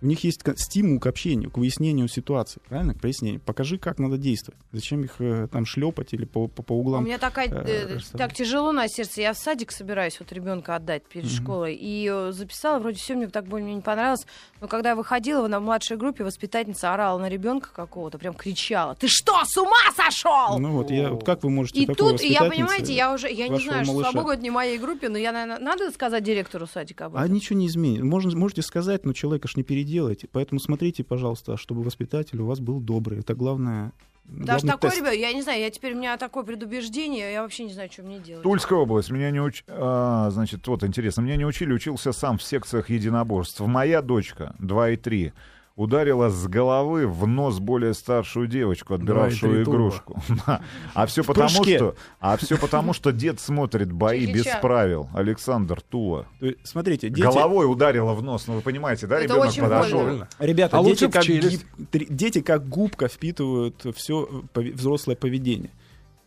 [SPEAKER 5] У них есть ко- стимул к общению, к выяснению ситуации, правильно? К прояснению. Покажи, как надо действовать. Зачем их э, там шлепать или по, по, по
[SPEAKER 3] У
[SPEAKER 5] углам?
[SPEAKER 3] меня такая, э,
[SPEAKER 5] э, что-
[SPEAKER 3] так тяжело на сердце. Я в садик собираюсь вот ребенка отдать перед
[SPEAKER 5] Мгм.
[SPEAKER 3] школой. И э, записала, вроде все мне так более не понравилось. Но когда я выходила на младшей группе, воспитательница орала на ребенка какого-то, прям кричала. Ты что, с ума сошел?
[SPEAKER 5] Ну вот, я, вот как вы можете
[SPEAKER 3] И
[SPEAKER 5] такой
[SPEAKER 3] тут, и я,
[SPEAKER 5] воспитательнице-
[SPEAKER 3] понимаете, я уже, я не
[SPEAKER 5] вашего
[SPEAKER 3] знаю, что,
[SPEAKER 5] малыша.
[SPEAKER 3] слава богу, это не моей группе, но я, наверное, надо сказать директору садика об
[SPEAKER 5] А
[SPEAKER 3] этом?
[SPEAKER 5] ничего не изменит. Можно, можете сказать, но человека ж не переделаете. Поэтому смотрите, пожалуйста, чтобы воспитатель у вас был добрый. Это главное.
[SPEAKER 3] Даже
[SPEAKER 5] главный
[SPEAKER 3] такой,
[SPEAKER 5] тест.
[SPEAKER 3] ребят, я не знаю, я теперь у меня такое предубеждение, я вообще не знаю, что мне делать.
[SPEAKER 4] Тульская область. Меня не уч... а, значит, вот интересно. Меня не учили, учился сам в секциях единоборств. Моя дочка, 2 и 3, ударила с головы в нос более старшую девочку,
[SPEAKER 2] Два
[SPEAKER 4] отбиравшую
[SPEAKER 2] и три турбо.
[SPEAKER 4] игрушку. Да. А все потому,
[SPEAKER 5] прыжке.
[SPEAKER 4] что... А все потому, что дед смотрит бои без
[SPEAKER 3] Чики-чак.
[SPEAKER 4] правил. Александр Тула.
[SPEAKER 5] То есть, Смотрите, дети,
[SPEAKER 4] Головой ударила в нос. Ну, вы понимаете, да,
[SPEAKER 3] Это
[SPEAKER 4] ребенок
[SPEAKER 3] очень
[SPEAKER 4] подошел.
[SPEAKER 3] больно.
[SPEAKER 2] Больно.
[SPEAKER 5] ребята,
[SPEAKER 2] А
[SPEAKER 5] дети,
[SPEAKER 2] лучше в
[SPEAKER 5] как
[SPEAKER 2] челюсть.
[SPEAKER 5] гиб- три- дети как губка впитывают все взрослое поведение.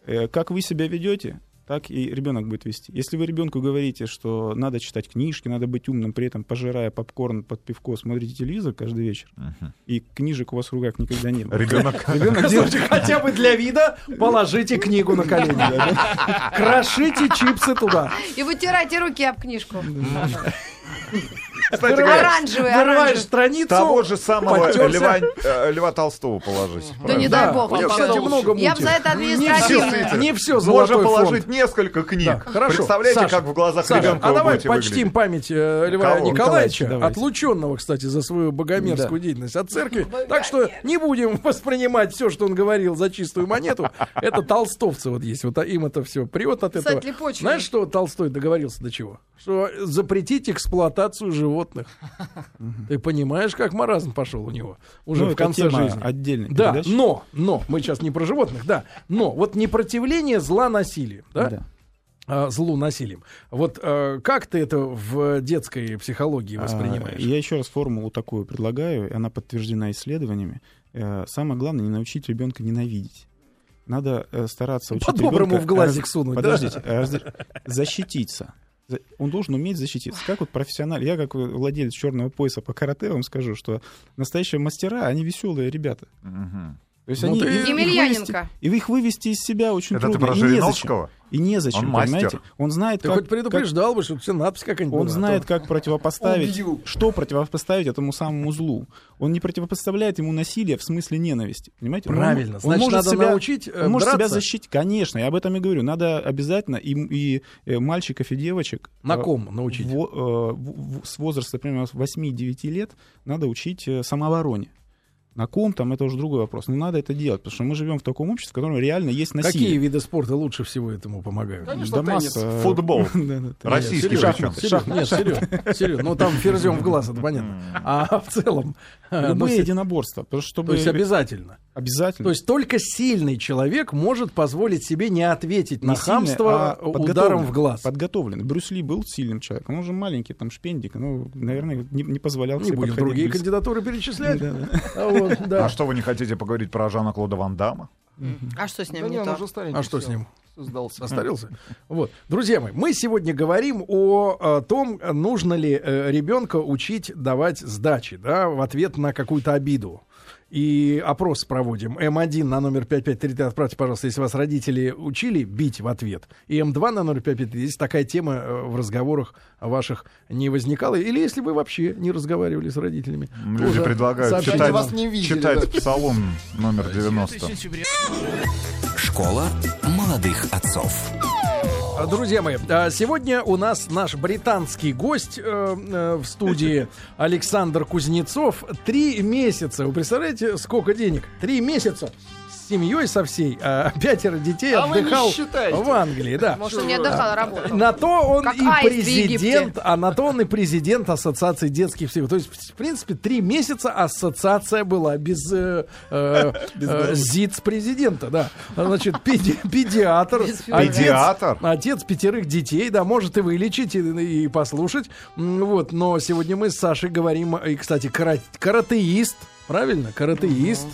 [SPEAKER 5] Э, Как вы себя ведете, так и ребенок будет вести. Если вы ребенку говорите, что надо читать книжки, надо быть умным, при этом пожирая попкорн под пивко, смотрите телевизор каждый вечер,
[SPEAKER 4] Мгм.
[SPEAKER 5] и книжек у вас в руках никогда не было.
[SPEAKER 4] Ребенок
[SPEAKER 5] Ребенок
[SPEAKER 2] Слушайте, хотя бы для вида положите книгу на колени. Крошите чипсы туда.
[SPEAKER 3] И вытирайте руки об книжку.
[SPEAKER 4] Кстати говоря,
[SPEAKER 3] Оранжевый,
[SPEAKER 2] Вырываешь
[SPEAKER 3] оранжевый.
[SPEAKER 2] страницу.
[SPEAKER 4] того же самого
[SPEAKER 2] Подтерся.
[SPEAKER 4] Льва, э, Льва Толстого положить.
[SPEAKER 3] Да не
[SPEAKER 4] Правильно.
[SPEAKER 3] дай бог.
[SPEAKER 2] Я,
[SPEAKER 3] вам
[SPEAKER 2] кстати,
[SPEAKER 3] потом.
[SPEAKER 2] много
[SPEAKER 3] Я бы
[SPEAKER 2] мутил.
[SPEAKER 3] за это административное.
[SPEAKER 4] сильно.
[SPEAKER 2] Не все
[SPEAKER 4] Можно
[SPEAKER 2] золотой
[SPEAKER 4] положить
[SPEAKER 2] фонд.
[SPEAKER 4] несколько книг.
[SPEAKER 2] Да, хорошо.
[SPEAKER 4] Представляете,
[SPEAKER 2] Саша,
[SPEAKER 4] как в глазах
[SPEAKER 2] Саша,
[SPEAKER 4] ребенка
[SPEAKER 2] а
[SPEAKER 4] вы
[SPEAKER 2] давай
[SPEAKER 4] будете
[SPEAKER 2] почтим
[SPEAKER 4] выглядеть? Ну,
[SPEAKER 2] память э, Льва
[SPEAKER 4] Кого?
[SPEAKER 2] Николаевича,
[SPEAKER 5] Давайте.
[SPEAKER 2] отлученного, кстати, за свою богомерскую деятельность от церкви. Так что не будем воспринимать все, что он говорил, за чистую монету. Это толстовцы вот есть, вот а им это все прет от
[SPEAKER 3] Кстати,
[SPEAKER 2] этого.
[SPEAKER 3] липочки.
[SPEAKER 2] Знаешь, что Толстой договорился до чего? Что запретить эксплуатацию животных. Ты понимаешь, как маразм пошел у него уже
[SPEAKER 5] Ну,
[SPEAKER 2] в
[SPEAKER 5] это
[SPEAKER 2] конце
[SPEAKER 5] тема
[SPEAKER 2] жизни.
[SPEAKER 5] отдельной
[SPEAKER 2] Да, ну,
[SPEAKER 5] передачи.
[SPEAKER 2] но, но, мы сейчас не про животных, да, но вот непротивление зла насилию, да,
[SPEAKER 5] Да.
[SPEAKER 2] а, злу насилием. Вот э, как ты это в детской психологии
[SPEAKER 5] А,
[SPEAKER 2] воспринимаешь?
[SPEAKER 5] Я еще раз формулу такую предлагаю, и она подтверждена исследованиями. Э, Самое главное не научить ребенка ненавидеть. Надо э, стараться учить
[SPEAKER 2] Ну, По-доброму
[SPEAKER 5] ребенка
[SPEAKER 2] в глазик
[SPEAKER 5] раз-
[SPEAKER 2] сунуть. да?
[SPEAKER 5] Подождите, разде- защититься. За- Он должен уметь защититься. Как вот профессионал, я как владелец черного пояса по карате вам скажу, что настоящие мастера, они веселые ребята.
[SPEAKER 4] Мгм.
[SPEAKER 5] То есть
[SPEAKER 2] Ну
[SPEAKER 5] они
[SPEAKER 2] ты-
[SPEAKER 5] и- их
[SPEAKER 3] Емельяненко.
[SPEAKER 5] вывести- И их вывести из себя очень
[SPEAKER 4] Это ты
[SPEAKER 5] трудно.
[SPEAKER 4] про
[SPEAKER 5] и незачем.
[SPEAKER 4] Жириновского?
[SPEAKER 5] И незачем,
[SPEAKER 4] Он мастер.
[SPEAKER 5] понимаете? Он знает,
[SPEAKER 2] Ты
[SPEAKER 5] как,
[SPEAKER 2] хоть
[SPEAKER 5] как-
[SPEAKER 2] предупреждал бы, чтобы все надпись какая-нибудь
[SPEAKER 5] он
[SPEAKER 2] была, а
[SPEAKER 5] знает,
[SPEAKER 2] то-
[SPEAKER 5] как противопоставить, что противопоставить этому самому злу. Он не противопоставляет ему насилие в смысле ненависти. Понимаете? Он-
[SPEAKER 2] Правильно.
[SPEAKER 5] Он,
[SPEAKER 2] Значит,
[SPEAKER 5] может
[SPEAKER 2] надо
[SPEAKER 5] себя,
[SPEAKER 2] научить, э,
[SPEAKER 5] он может себя
[SPEAKER 2] драться.
[SPEAKER 5] защитить. Конечно, я об этом и говорю. Надо обязательно и, и, э, мальчиков и девочек
[SPEAKER 2] На
[SPEAKER 5] э,
[SPEAKER 2] ком научить?
[SPEAKER 5] во- э, в- в- с возраста примерно с 8-9 лет надо учить э, самообороне. На ком там это уже другой вопрос. Но надо это делать, потому что мы живем в таком обществе, в котором реально есть
[SPEAKER 2] Какие
[SPEAKER 5] насилие.
[SPEAKER 2] виды спорта лучше всего этому помогают?
[SPEAKER 5] Да
[SPEAKER 6] Конечно, теннис.
[SPEAKER 5] масса.
[SPEAKER 2] Э,
[SPEAKER 4] Футбол.
[SPEAKER 5] Да, да, да.
[SPEAKER 4] Российский
[SPEAKER 2] Серьёз,
[SPEAKER 4] причем.
[SPEAKER 2] Серёж, нет, серьез, серьез. Ну там ферзем в глаз, это понятно. А в целом, э, ну,
[SPEAKER 5] Любые
[SPEAKER 2] се-
[SPEAKER 5] единоборства. Потому что
[SPEAKER 2] то
[SPEAKER 5] чтобы
[SPEAKER 2] есть обязательно.
[SPEAKER 5] обязательно.
[SPEAKER 2] То есть только сильный человек может позволить себе не ответить на
[SPEAKER 5] Не сильный,
[SPEAKER 2] хамство
[SPEAKER 5] а
[SPEAKER 2] э, ударом
[SPEAKER 5] подготовленный.
[SPEAKER 2] в глаз.
[SPEAKER 5] Подготовленный. Брюс Ли был сильным человеком. Он же маленький, там, шпендик. Ну, наверное, не, не позволял
[SPEAKER 2] Не
[SPEAKER 5] себе
[SPEAKER 2] будем
[SPEAKER 5] подходить
[SPEAKER 2] Ну, другие
[SPEAKER 5] близко.
[SPEAKER 2] кандидатуры перечислять.
[SPEAKER 5] Да-да.
[SPEAKER 2] А вот, да.
[SPEAKER 4] А что вы не хотите поговорить про Жана Клода Ван Дамма?
[SPEAKER 3] А что с ним
[SPEAKER 6] Да не,
[SPEAKER 3] не
[SPEAKER 6] он
[SPEAKER 3] то?
[SPEAKER 6] уже старенький.
[SPEAKER 2] А что с
[SPEAKER 6] всё.
[SPEAKER 2] ним?
[SPEAKER 6] Всё Сдался.
[SPEAKER 2] Состарился? Вот. Друзья мои, мы сегодня говорим о, э, том, э, нужно ли э, ребенка учить давать сдачи да, в ответ на какую-то обиду. И опрос проводим. М1 на номер 5533 отправьте, пожалуйста, если вас родители учили бить в ответ. И М2 на номер 5533, если такая тема э, в разговорах ваших не возникала. Или если вы вообще не разговаривали с родителями.
[SPEAKER 4] Люди
[SPEAKER 2] Тоже
[SPEAKER 4] предлагают
[SPEAKER 2] сообщите
[SPEAKER 4] читать,
[SPEAKER 2] нам.
[SPEAKER 6] вас не видели,
[SPEAKER 4] читать
[SPEAKER 6] да.
[SPEAKER 4] псалом номер 90.
[SPEAKER 1] Школа молодых отцов.
[SPEAKER 2] А, Друзья мои, а, сегодня у нас наш британский гость э, э, в студии Александр Кузнецов. Три месяца. Вы представляете, сколько денег? Три месяца. семьей со всей, а пятеро детей
[SPEAKER 6] А вы
[SPEAKER 2] отдыхал
[SPEAKER 6] не считаете.
[SPEAKER 2] в Англии, да.
[SPEAKER 3] Может, он не отдыхал, а работал.
[SPEAKER 2] На то он
[SPEAKER 3] Как
[SPEAKER 2] и
[SPEAKER 3] аист в
[SPEAKER 2] президент,
[SPEAKER 3] Египте.
[SPEAKER 2] а на то он и президент Ассоциации детских психологов. То есть, в принципе, три месяца ассоциация была без, э, э, э, ЗИЦ президента, да. Значит, педи- педиатр,
[SPEAKER 3] Без февраля.
[SPEAKER 2] отец,
[SPEAKER 4] Педиатр?
[SPEAKER 2] отец пятерых детей, да, может и вылечить, и, и послушать. М, Вот, но сегодня мы с Сашей говорим, и, кстати, кара- каратеист, правильно, каратеист.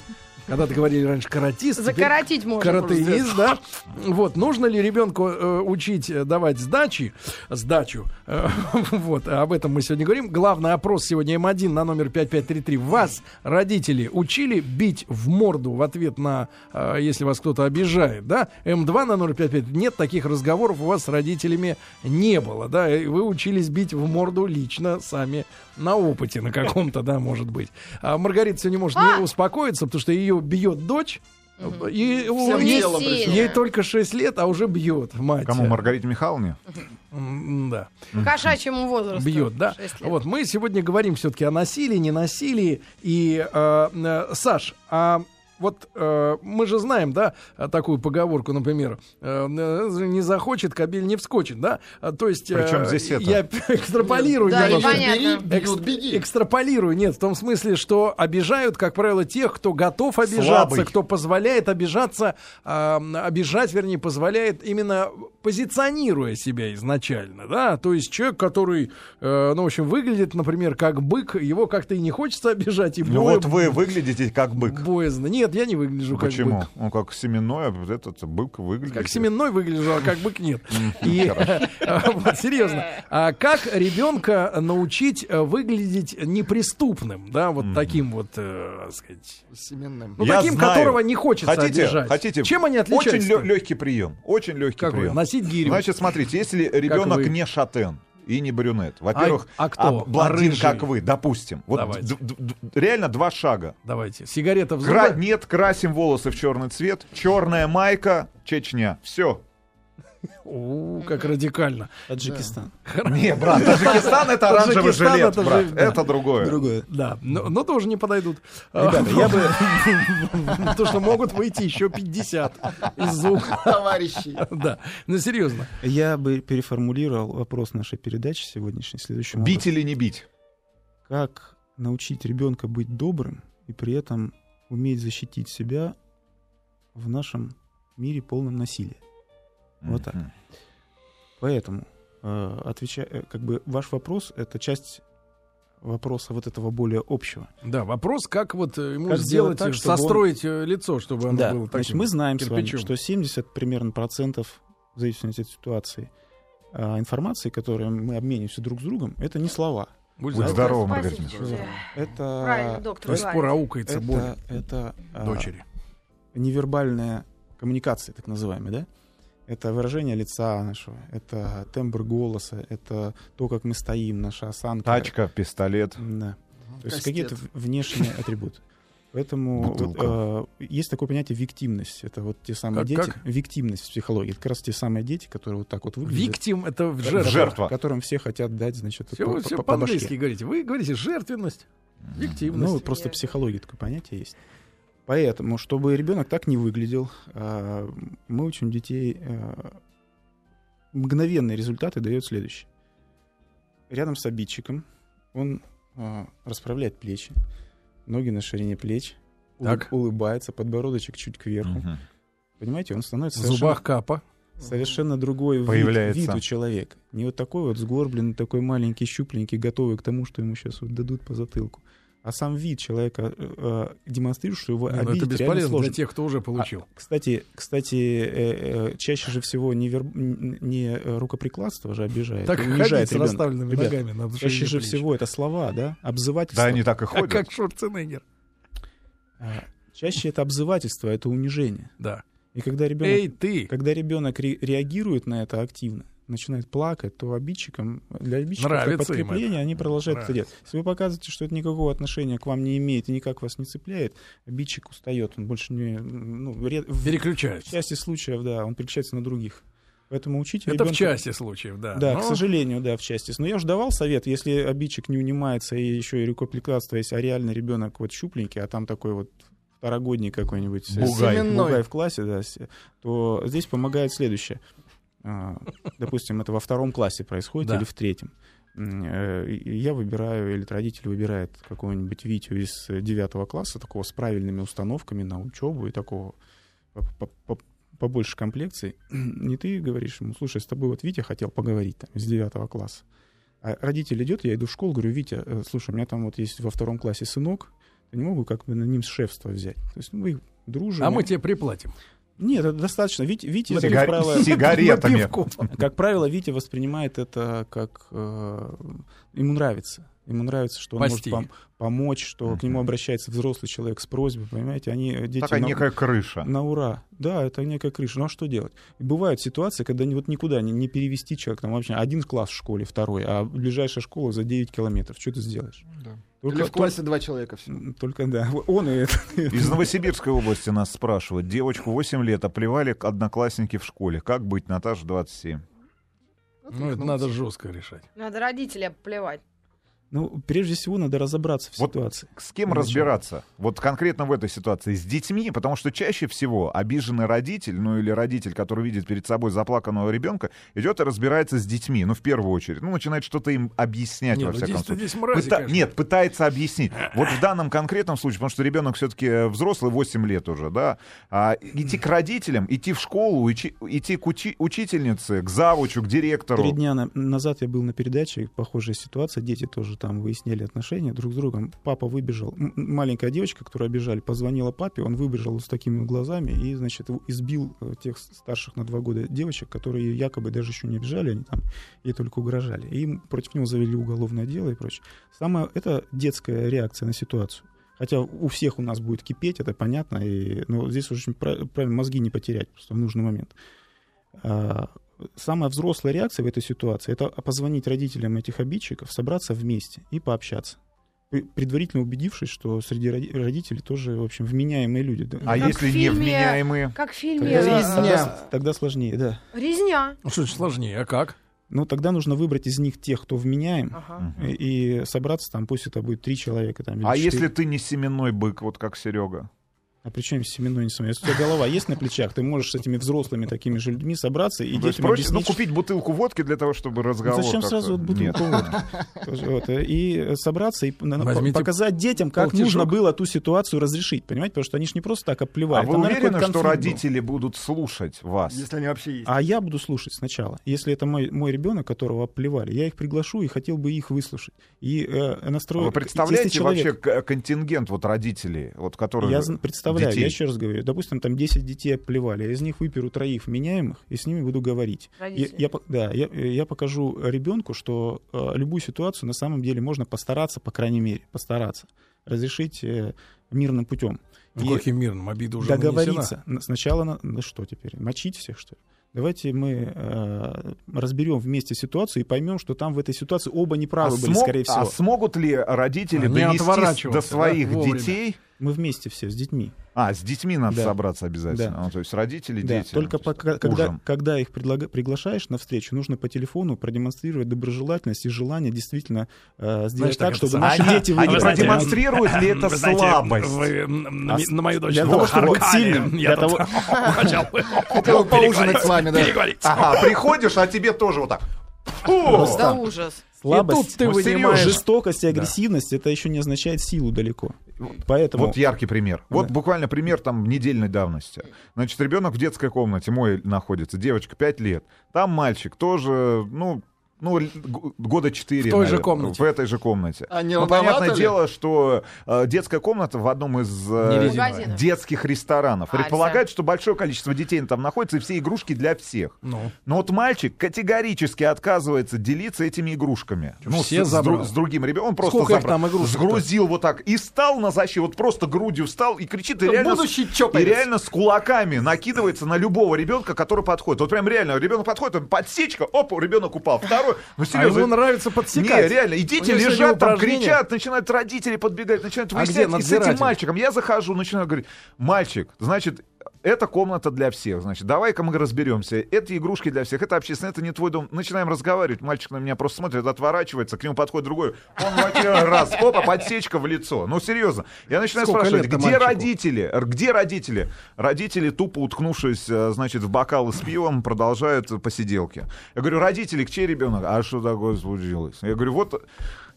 [SPEAKER 2] Когда-то говорили раньше каратист. теперь
[SPEAKER 3] Закоротить можно просто.
[SPEAKER 2] Каратеист, да. Вот, нужно ли ребенку э, учить э, давать сдачи, сдачу? Э, вот, об этом мы сегодня говорим. Главный опрос сегодня М1 на номер 5533. Вас, родители, учили бить в морду в ответ на, э, если вас кто-то обижает, да? М2 на номер 55. Нет, таких разговоров у вас с родителями не было, да? И Вы учились бить в морду лично сами на опыте на каком-то, да, может быть. А Маргарита сегодня может не успокоиться, потому что ее бьет дочь.
[SPEAKER 3] Э,
[SPEAKER 2] И у-
[SPEAKER 6] Всем
[SPEAKER 2] ей-
[SPEAKER 6] телом
[SPEAKER 3] сильно.
[SPEAKER 6] причем.
[SPEAKER 2] Ей только 6 лет, а уже бьет мать.
[SPEAKER 4] Кому, Маргарите Михайловне?
[SPEAKER 2] М, Да,
[SPEAKER 3] Кошачьему возрасту.
[SPEAKER 2] бьет, да.
[SPEAKER 3] Шесть лет.
[SPEAKER 2] Вот, мы сегодня говорим все-таки о насилии, не насилии. И, э, э, Саш, а вот э, мы же знаем, да, э, такую поговорку, например, э, э, не захочет, кабель не вскочит, да? А, То есть... э,
[SPEAKER 4] Причем здесь это?
[SPEAKER 2] Я экстраполирую
[SPEAKER 3] Да,
[SPEAKER 2] немножко.
[SPEAKER 3] непонятно.
[SPEAKER 6] Бери,
[SPEAKER 3] Понятно.
[SPEAKER 6] бьют,
[SPEAKER 2] Экст-
[SPEAKER 6] беги.
[SPEAKER 2] Экстраполирую, нет, в том смысле, что обижают, как правило, тех, кто готов обижаться,
[SPEAKER 4] Слабый.
[SPEAKER 2] кто позволяет обижаться, а, м, обижать, вернее, позволяет именно позиционируя себя изначально, да, то есть человек, который, э, ну, в общем, выглядит, например, как бык, его как-то и не хочется обижать, и
[SPEAKER 8] Ну
[SPEAKER 2] бое-
[SPEAKER 8] вот вы выглядите как бык.
[SPEAKER 2] боязно. Нет, я не выгляжу как
[SPEAKER 4] Почему?
[SPEAKER 2] бык.
[SPEAKER 4] Он как семенной, а вот этот бык выглядит.
[SPEAKER 2] Как семенной выгляжу, а как бык нет. И, э, вот, серьезно. А как ребенка научить э, выглядеть неприступным, да, вот таким вот, э, так сказать,
[SPEAKER 6] Семенным.
[SPEAKER 2] Ну,
[SPEAKER 8] Я
[SPEAKER 2] таким,
[SPEAKER 8] знаю.
[SPEAKER 2] которого не хочется
[SPEAKER 8] хотите,
[SPEAKER 2] обижать.
[SPEAKER 8] Хотите?
[SPEAKER 2] Чем они отличаются?
[SPEAKER 8] Очень легкий прием. Очень легкий
[SPEAKER 2] Какой?
[SPEAKER 8] прием.
[SPEAKER 2] Носить гирю.
[SPEAKER 8] Значит, смотрите, если ребенок
[SPEAKER 2] вы?
[SPEAKER 8] не шатен и не брюнет, во-первых,
[SPEAKER 2] а кто? А
[SPEAKER 8] блондин,
[SPEAKER 2] рыжий?
[SPEAKER 8] как вы, допустим. Вот
[SPEAKER 2] Давайте. Ну,
[SPEAKER 8] д- д- д- реально два шага.
[SPEAKER 2] Давайте. Сигарета в
[SPEAKER 8] Кра-
[SPEAKER 2] зубах.
[SPEAKER 8] Нет, красим волосы в черный цвет, черная майка, Чечня. Все.
[SPEAKER 2] У, как радикально.
[SPEAKER 5] Таджикистан.
[SPEAKER 8] Не, брат, Таджикистан это оранжевый
[SPEAKER 2] Таджикистан
[SPEAKER 8] жилет,
[SPEAKER 2] это
[SPEAKER 8] брат.
[SPEAKER 2] же- да.
[SPEAKER 8] Это другое.
[SPEAKER 5] Другое.
[SPEAKER 2] Да, но, но тоже не подойдут.
[SPEAKER 5] Ребята, я бы...
[SPEAKER 2] Потому что могут выйти еще 50 из уха.
[SPEAKER 6] Товарищи.
[SPEAKER 2] Да, ну серьезно.
[SPEAKER 5] Я бы переформулировал вопрос нашей передачи сегодняшней следующим
[SPEAKER 8] Бить или не бить?
[SPEAKER 5] образом. Как научить ребенка быть добрым и при этом уметь защитить себя в нашем мире полном насилия. Вот так.
[SPEAKER 8] Мгм.
[SPEAKER 5] Поэтому, э, отвеча- э, как бы ваш вопрос — это часть вопроса вот этого более общего.
[SPEAKER 2] Да, вопрос, как вот э, ему
[SPEAKER 5] Как
[SPEAKER 2] сделать,
[SPEAKER 5] сделать так,
[SPEAKER 2] э,
[SPEAKER 5] чтобы он-
[SPEAKER 2] состроить э, лицо, чтобы оно
[SPEAKER 5] да,
[SPEAKER 2] было
[SPEAKER 5] значит,
[SPEAKER 2] Ну, таким.
[SPEAKER 5] мы знаем с вами,
[SPEAKER 2] кирпичом.
[SPEAKER 5] что 70 примерно процентов, в зависимости от ситуации, а, информации, которой мы обмениваемся друг с другом, это не слова.
[SPEAKER 2] Будь
[SPEAKER 4] Будь
[SPEAKER 2] здоров.
[SPEAKER 4] здоров,
[SPEAKER 3] Спасибо
[SPEAKER 4] Маргарита.
[SPEAKER 3] тебе. Правильно,
[SPEAKER 5] Это...
[SPEAKER 3] доктор
[SPEAKER 2] До сих пор
[SPEAKER 3] говорит.
[SPEAKER 2] аукается боль
[SPEAKER 5] Это, это а,
[SPEAKER 2] дочери.
[SPEAKER 5] невербальная коммуникация, так называемая, да? Это выражение лица нашего, это тембр голоса, это то, как мы стоим, наша осанка.
[SPEAKER 4] Тачка, пистолет.
[SPEAKER 5] Да. То есть
[SPEAKER 6] Кастет.
[SPEAKER 5] какие-то в- внешние атрибуты. Поэтому вот,
[SPEAKER 4] Бутылка.
[SPEAKER 5] э, есть такое понятие виктимность. Это вот те самые
[SPEAKER 2] Как-
[SPEAKER 5] дети.
[SPEAKER 2] как?
[SPEAKER 5] Виктимность в психологии. Это как раз те самые дети, которые вот так вот выглядят.
[SPEAKER 2] Виктим — это в
[SPEAKER 5] которым-
[SPEAKER 2] жертве.
[SPEAKER 8] Жертва.
[SPEAKER 5] Которым все хотят дать, значит,
[SPEAKER 2] Все,
[SPEAKER 5] по-
[SPEAKER 2] вы
[SPEAKER 5] по-
[SPEAKER 2] все
[SPEAKER 5] по- по
[SPEAKER 2] по-английски
[SPEAKER 5] башке.
[SPEAKER 2] говорите. Вы говорите жертвенность,
[SPEAKER 5] Ну,
[SPEAKER 2] виктивность.
[SPEAKER 5] вот просто психология такое понятие есть. Поэтому, чтобы ребенок так не выглядел, а, мы учим детей. а, Мгновенные результаты дает следующее. Рядом с обидчиком он а, расправляет плечи, ноги на ширине плеч, улы-
[SPEAKER 2] Так.
[SPEAKER 5] улыбается, подбородочек чуть кверху.
[SPEAKER 4] Мгм.
[SPEAKER 5] Понимаете, он становится
[SPEAKER 2] в
[SPEAKER 5] совершенно
[SPEAKER 2] зубах капа.
[SPEAKER 5] совершенно другой вид-
[SPEAKER 4] Появляется.
[SPEAKER 5] вид у человека. Не вот такой вот сгорбленный, такой маленький, щупленький, готовый к тому, что ему сейчас вот дадут по затылку. А сам вид человека э, э, демонстрирует, что его
[SPEAKER 2] Не, ну,
[SPEAKER 5] обидеть
[SPEAKER 2] это
[SPEAKER 5] реально
[SPEAKER 2] бесполезно
[SPEAKER 5] сложно. А,
[SPEAKER 2] для тех, кто уже получил.
[SPEAKER 5] Кстати, кстати э, э, чаще же всего не, верб- н- не, э, рукоприкладство же обижает,
[SPEAKER 2] так
[SPEAKER 5] и
[SPEAKER 2] ходить
[SPEAKER 5] унижает
[SPEAKER 2] с
[SPEAKER 5] ребёнка.
[SPEAKER 2] расставленными
[SPEAKER 5] Ребят,
[SPEAKER 2] ногами. На
[SPEAKER 5] Чаще же всего это слова, да? Обзывательство.
[SPEAKER 4] Да, они так и
[SPEAKER 2] Как,
[SPEAKER 4] ходят.
[SPEAKER 2] как Шварценеггер.
[SPEAKER 5] А, Чаще это обзывательство, это унижение.
[SPEAKER 2] Да.
[SPEAKER 5] И когда ребенок
[SPEAKER 2] Эй, ты!
[SPEAKER 5] Когда ребенок ре- реагирует на это активно, начинает плакать, то обидчикам, для обидчиков это
[SPEAKER 2] Нравится им
[SPEAKER 5] подкрепление, они продолжают это делать. Если вы показываете, что это никакого отношения к вам не имеет и никак вас не цепляет, обидчик устает, он больше не... Ну, ред- в
[SPEAKER 2] Переключаюсь.
[SPEAKER 5] части случаев, да, он переключается на других. Поэтому учите
[SPEAKER 2] Это в
[SPEAKER 5] ребёнка-
[SPEAKER 2] части случаев, да.
[SPEAKER 5] Да,
[SPEAKER 2] Но
[SPEAKER 5] к сожалению, да, в части. Но я уже давал совет, если обидчик не унимается и еще и рукоприкладство есть, а реально ребенок вот щупленький, а там такой вот второгодний какой-нибудь э,
[SPEAKER 4] Бугай.
[SPEAKER 2] Семенной.
[SPEAKER 5] бугай в классе, да, се- то здесь помогает следующее. А, Допустим, это во втором классе происходит
[SPEAKER 2] Да.
[SPEAKER 5] или в третьем. М, э, и- и Я выбираю, или родитель выбирает какого-нибудь Витю из э, девятого класса, такого с правильными установками на учебу и такого по- по- по- побольше комплекции. Не ты говоришь ему, слушай, с тобой вот Витя хотел поговорить там, из девятого класса. А родитель идет, я иду в школу, говорю, Витя, э, слушай, у меня там вот есть во втором классе сынок, я не могу как бы на ним шефство взять. То есть ну, мы дружим.
[SPEAKER 2] А мы тебе приплатим.
[SPEAKER 5] Нет, это достаточно. Витя, Витя
[SPEAKER 4] Сига-
[SPEAKER 5] как, правило,
[SPEAKER 2] На
[SPEAKER 4] Сигаретами.
[SPEAKER 2] пивку.
[SPEAKER 5] как правило, Витя воспринимает это как... э, ему нравится. Ему нравится, что он
[SPEAKER 2] Постиг.
[SPEAKER 5] может пом- помочь, что к нему обращается взрослый человек с просьбой, понимаете? Они, э, дети,
[SPEAKER 2] ну,
[SPEAKER 4] Такая
[SPEAKER 5] на-
[SPEAKER 4] некая крыша.
[SPEAKER 5] на ура. Да, это некая крыша. Ну а что делать? Бывают ситуации, когда ни- вот никуда не, не перевести человека. Там вообще один класс в школе, второй, а ближайшая школа за 9 километров. Что ты сделаешь?
[SPEAKER 6] Или
[SPEAKER 5] Только,
[SPEAKER 6] в классе два человека все.
[SPEAKER 5] только, только, да. Он и это.
[SPEAKER 4] Из Новосибирской области нас спрашивают. Девочку 8 лет
[SPEAKER 8] а
[SPEAKER 4] оплевали к- одноклассники в школе. Как быть, Наташа 27?
[SPEAKER 2] Ну, это надо жестко решать.
[SPEAKER 3] Надо родителя плевать.
[SPEAKER 5] Ну, прежде всего, надо разобраться в
[SPEAKER 4] Вот
[SPEAKER 5] ситуации.
[SPEAKER 4] С кем
[SPEAKER 5] Для начала.
[SPEAKER 4] разбираться? Вот конкретно в этой ситуации. С детьми, потому что чаще всего обиженный родитель, ну или родитель, который видит перед собой заплаканного ребенка, идет и разбирается с детьми, ну в первую очередь. Ну, начинает что-то им объяснять,
[SPEAKER 2] Нет,
[SPEAKER 4] во
[SPEAKER 2] ну
[SPEAKER 4] всяком
[SPEAKER 2] здесь,
[SPEAKER 4] случае.
[SPEAKER 2] здесь мрази,
[SPEAKER 4] Пыта-
[SPEAKER 2] конечно.
[SPEAKER 4] Нет, пытается объяснить. Вот в данном конкретном случае, потому что ребенок все-таки взрослый, 8 лет уже, да, а, идти к родителям, идти в школу, ичи- идти к учи- учительнице, к завучу, к директору.
[SPEAKER 5] Три дня на- назад я был на передаче, похожая ситуация, дети тоже там выясняли отношения друг с другом. Папа выбежал, М- м- маленькая девочка, которую обижали, позвонила папе, он выбежал с такими глазами и, значит, его избил э, тех с- старших на два года девочек, которые якобы даже еще не обижали, они там ей только угрожали. И им- против него завели уголовное дело и прочее. Самое, это детская реакция на ситуацию. Хотя у всех у нас будет кипеть, это понятно, и, но здесь очень пра- правильно мозги не потерять просто в нужный момент. А, самая взрослая реакция в этой ситуации это позвонить родителям этих обидчиков, собраться вместе и пообщаться. Пре- Предварительно убедившись, что среди роди- родителей тоже, в общем, вменяемые люди. да.
[SPEAKER 4] А
[SPEAKER 3] Как
[SPEAKER 4] если
[SPEAKER 3] в фильме-
[SPEAKER 4] невменяемые?
[SPEAKER 3] Как в фильме
[SPEAKER 5] Тогда-
[SPEAKER 3] э,
[SPEAKER 5] тогда-
[SPEAKER 6] Резня.
[SPEAKER 5] тогда сложнее, да.
[SPEAKER 3] «Резня».
[SPEAKER 2] Ну, что это сложнее? А как?
[SPEAKER 5] Но тогда нужно выбрать из них тех, кто вменяем,
[SPEAKER 3] Ага.
[SPEAKER 4] Мгм.
[SPEAKER 5] и, и собраться там, пусть это будет три человека. Там, или
[SPEAKER 4] А
[SPEAKER 5] четыре.
[SPEAKER 4] если ты не семенной бык, вот как Серега?
[SPEAKER 5] А при чем семенной не семенной? Если у тебя голова есть на плечах, ты можешь с этими взрослыми такими же людьми собраться и
[SPEAKER 4] Ну, то есть
[SPEAKER 5] детям
[SPEAKER 4] проще, ну,
[SPEAKER 5] объяснить, Ну,
[SPEAKER 4] купить бутылку водки для того, чтобы разговор...
[SPEAKER 5] зачем
[SPEAKER 4] как-то-
[SPEAKER 5] сразу вот бутылку
[SPEAKER 4] Нет.
[SPEAKER 5] водки? Вот, э, И э, собраться и на- на-
[SPEAKER 2] Возьмите
[SPEAKER 5] показать детям, как
[SPEAKER 2] полтишок.
[SPEAKER 5] нужно было ту ситуацию разрешить, понимаете? Потому что они же не просто так
[SPEAKER 4] А
[SPEAKER 5] оплевали.
[SPEAKER 4] вы
[SPEAKER 5] Там, наверное,
[SPEAKER 4] уверены,
[SPEAKER 5] какой-то
[SPEAKER 4] что
[SPEAKER 5] конфликт был.
[SPEAKER 4] родители будут слушать вас?
[SPEAKER 6] Если они вообще есть.
[SPEAKER 5] А я буду слушать сначала. Если это мой, мой ребенок, которого оплевали, я их приглашу и хотел бы их выслушать. И э,
[SPEAKER 4] А
[SPEAKER 5] настрою...
[SPEAKER 4] Вы представляете
[SPEAKER 5] если человек-
[SPEAKER 4] вообще к- э, контингент вот родителей, вот которые...
[SPEAKER 5] Я зн- представляю,
[SPEAKER 4] детей.
[SPEAKER 5] я еще раз говорю, допустим, там 10 детей оплевали, я из них выперу троих меняемых и с ними буду говорить. Я,
[SPEAKER 3] Родители.
[SPEAKER 5] я по- да, я, я покажу ребенку, что э, любую ситуацию на самом деле можно постараться, по крайней мере, постараться разрешить э, мирным путем.
[SPEAKER 2] Ну,
[SPEAKER 5] И-
[SPEAKER 2] каким мирным? Обида уже нанесена.
[SPEAKER 5] договориться. На- Сначала, на... ну что теперь, мочить всех, что ли? Давайте мы э, разберем вместе ситуацию и поймем, что там в этой ситуации оба
[SPEAKER 4] А,
[SPEAKER 5] неправы были,
[SPEAKER 4] смог-
[SPEAKER 5] скорее всего.
[SPEAKER 4] а смогут ли родители
[SPEAKER 2] Они
[SPEAKER 4] донести с-
[SPEAKER 2] А, отворачиваться, да,
[SPEAKER 4] до своих
[SPEAKER 2] вовремя.
[SPEAKER 4] детей?
[SPEAKER 5] Мы вместе все с детьми.
[SPEAKER 4] А, с детьми надо
[SPEAKER 5] Да.
[SPEAKER 4] собраться обязательно.
[SPEAKER 5] Да.
[SPEAKER 4] Ну, то есть родители,
[SPEAKER 5] Да,
[SPEAKER 4] дети.
[SPEAKER 5] только
[SPEAKER 4] То есть
[SPEAKER 5] пока- когда,
[SPEAKER 4] ужин.
[SPEAKER 5] когда их предлага- приглашаешь на встречу, нужно по телефону продемонстрировать доброжелательность и желание действительно э, сделать
[SPEAKER 2] Знаешь, так
[SPEAKER 5] так,
[SPEAKER 2] это
[SPEAKER 5] чтобы
[SPEAKER 2] самое-
[SPEAKER 5] наши дети
[SPEAKER 4] А не
[SPEAKER 5] выиграли.
[SPEAKER 4] продемонстрирует ли это
[SPEAKER 2] Вы знаете,
[SPEAKER 4] слабость?
[SPEAKER 2] вы, м, на,
[SPEAKER 5] А
[SPEAKER 2] ми-
[SPEAKER 5] с-
[SPEAKER 2] на мою дочь
[SPEAKER 5] для того, чтобы быть
[SPEAKER 2] харкали.
[SPEAKER 5] сильным,
[SPEAKER 2] Я
[SPEAKER 5] для
[SPEAKER 2] тут
[SPEAKER 5] того-
[SPEAKER 2] хотел бы
[SPEAKER 6] Хотел поужинать с вами, да.
[SPEAKER 2] переговорить.
[SPEAKER 4] Ага, приходишь, а тебе тоже вот так. Фу!
[SPEAKER 3] Да ужас.
[SPEAKER 5] Слабость,
[SPEAKER 2] И тут ты
[SPEAKER 5] ну,
[SPEAKER 2] вынимаешь-
[SPEAKER 5] жестокость и агрессивность, это еще не означает силу далеко. Поэтому
[SPEAKER 4] Вот яркий пример. Вот
[SPEAKER 5] Да.
[SPEAKER 4] буквально пример там недельной давности. Значит, ребенок в детской комнате мой находится, девочка 5 лет. Там мальчик тоже, ну, ну, л- г- года 4.
[SPEAKER 2] В той же комнате.
[SPEAKER 4] В этой же комнате.
[SPEAKER 6] А не
[SPEAKER 4] ну,
[SPEAKER 6] рановато
[SPEAKER 4] понятное
[SPEAKER 6] ли?
[SPEAKER 4] дело, что э, детская комната в одном из э,
[SPEAKER 2] Не резиновая.
[SPEAKER 3] Магазинов.
[SPEAKER 4] детских ресторанов.
[SPEAKER 3] А,
[SPEAKER 4] Предполагает, что большое количество детей там находится, и все игрушки для всех.
[SPEAKER 2] Ну,
[SPEAKER 4] Но вот мальчик категорически отказывается делиться этими игрушками. Ну,
[SPEAKER 2] все
[SPEAKER 4] с, с
[SPEAKER 2] забрал.
[SPEAKER 4] дру- с другим ребенком. Он просто
[SPEAKER 2] Сколько их
[SPEAKER 4] забрал.
[SPEAKER 2] там игрушек-то?
[SPEAKER 4] сгрузил вот так. И встал на защиту, вот просто грудью встал и кричит. И реально, с-
[SPEAKER 6] Будущий
[SPEAKER 4] и
[SPEAKER 6] чопорец.
[SPEAKER 4] реально с кулаками накидывается на любого ребенка, который подходит. Вот прям реально, ребенок подходит, он подсечка, оп, ребенок упал. Второй. Ну,
[SPEAKER 2] а
[SPEAKER 4] серьезно.
[SPEAKER 2] ему нравится
[SPEAKER 4] Не,
[SPEAKER 2] подсекать.
[SPEAKER 4] реально, и дети
[SPEAKER 2] У него сегодня
[SPEAKER 4] лежат там,
[SPEAKER 2] упражнение.
[SPEAKER 4] кричат, начинают родители подбегать, начинают
[SPEAKER 2] А
[SPEAKER 4] выяснять.
[SPEAKER 2] где
[SPEAKER 4] и с этим
[SPEAKER 2] надзиратель?
[SPEAKER 4] мальчиком я захожу, начинаю говорить, мальчик, значит, эта комната для всех, значит, давай-ка мы разберемся. Это игрушки для всех, это общественное, это не твой дом. Начинаем разговаривать, мальчик на меня просто смотрит, отворачивается, к нему подходит другой. Он блокирует, раз, опа, подсечка в лицо. Ну, серьезно. Я начинаю
[SPEAKER 2] Сколько
[SPEAKER 4] спрашивать,
[SPEAKER 2] лет-то
[SPEAKER 4] где
[SPEAKER 2] мальчику?
[SPEAKER 4] родители? Р- Где родители? Родители, тупо уткнувшись, э, значит, в бокалы с пивом, продолжают э, посиделки. Я говорю, родители, к чей ребенок? А что такое случилось? Я говорю, вот...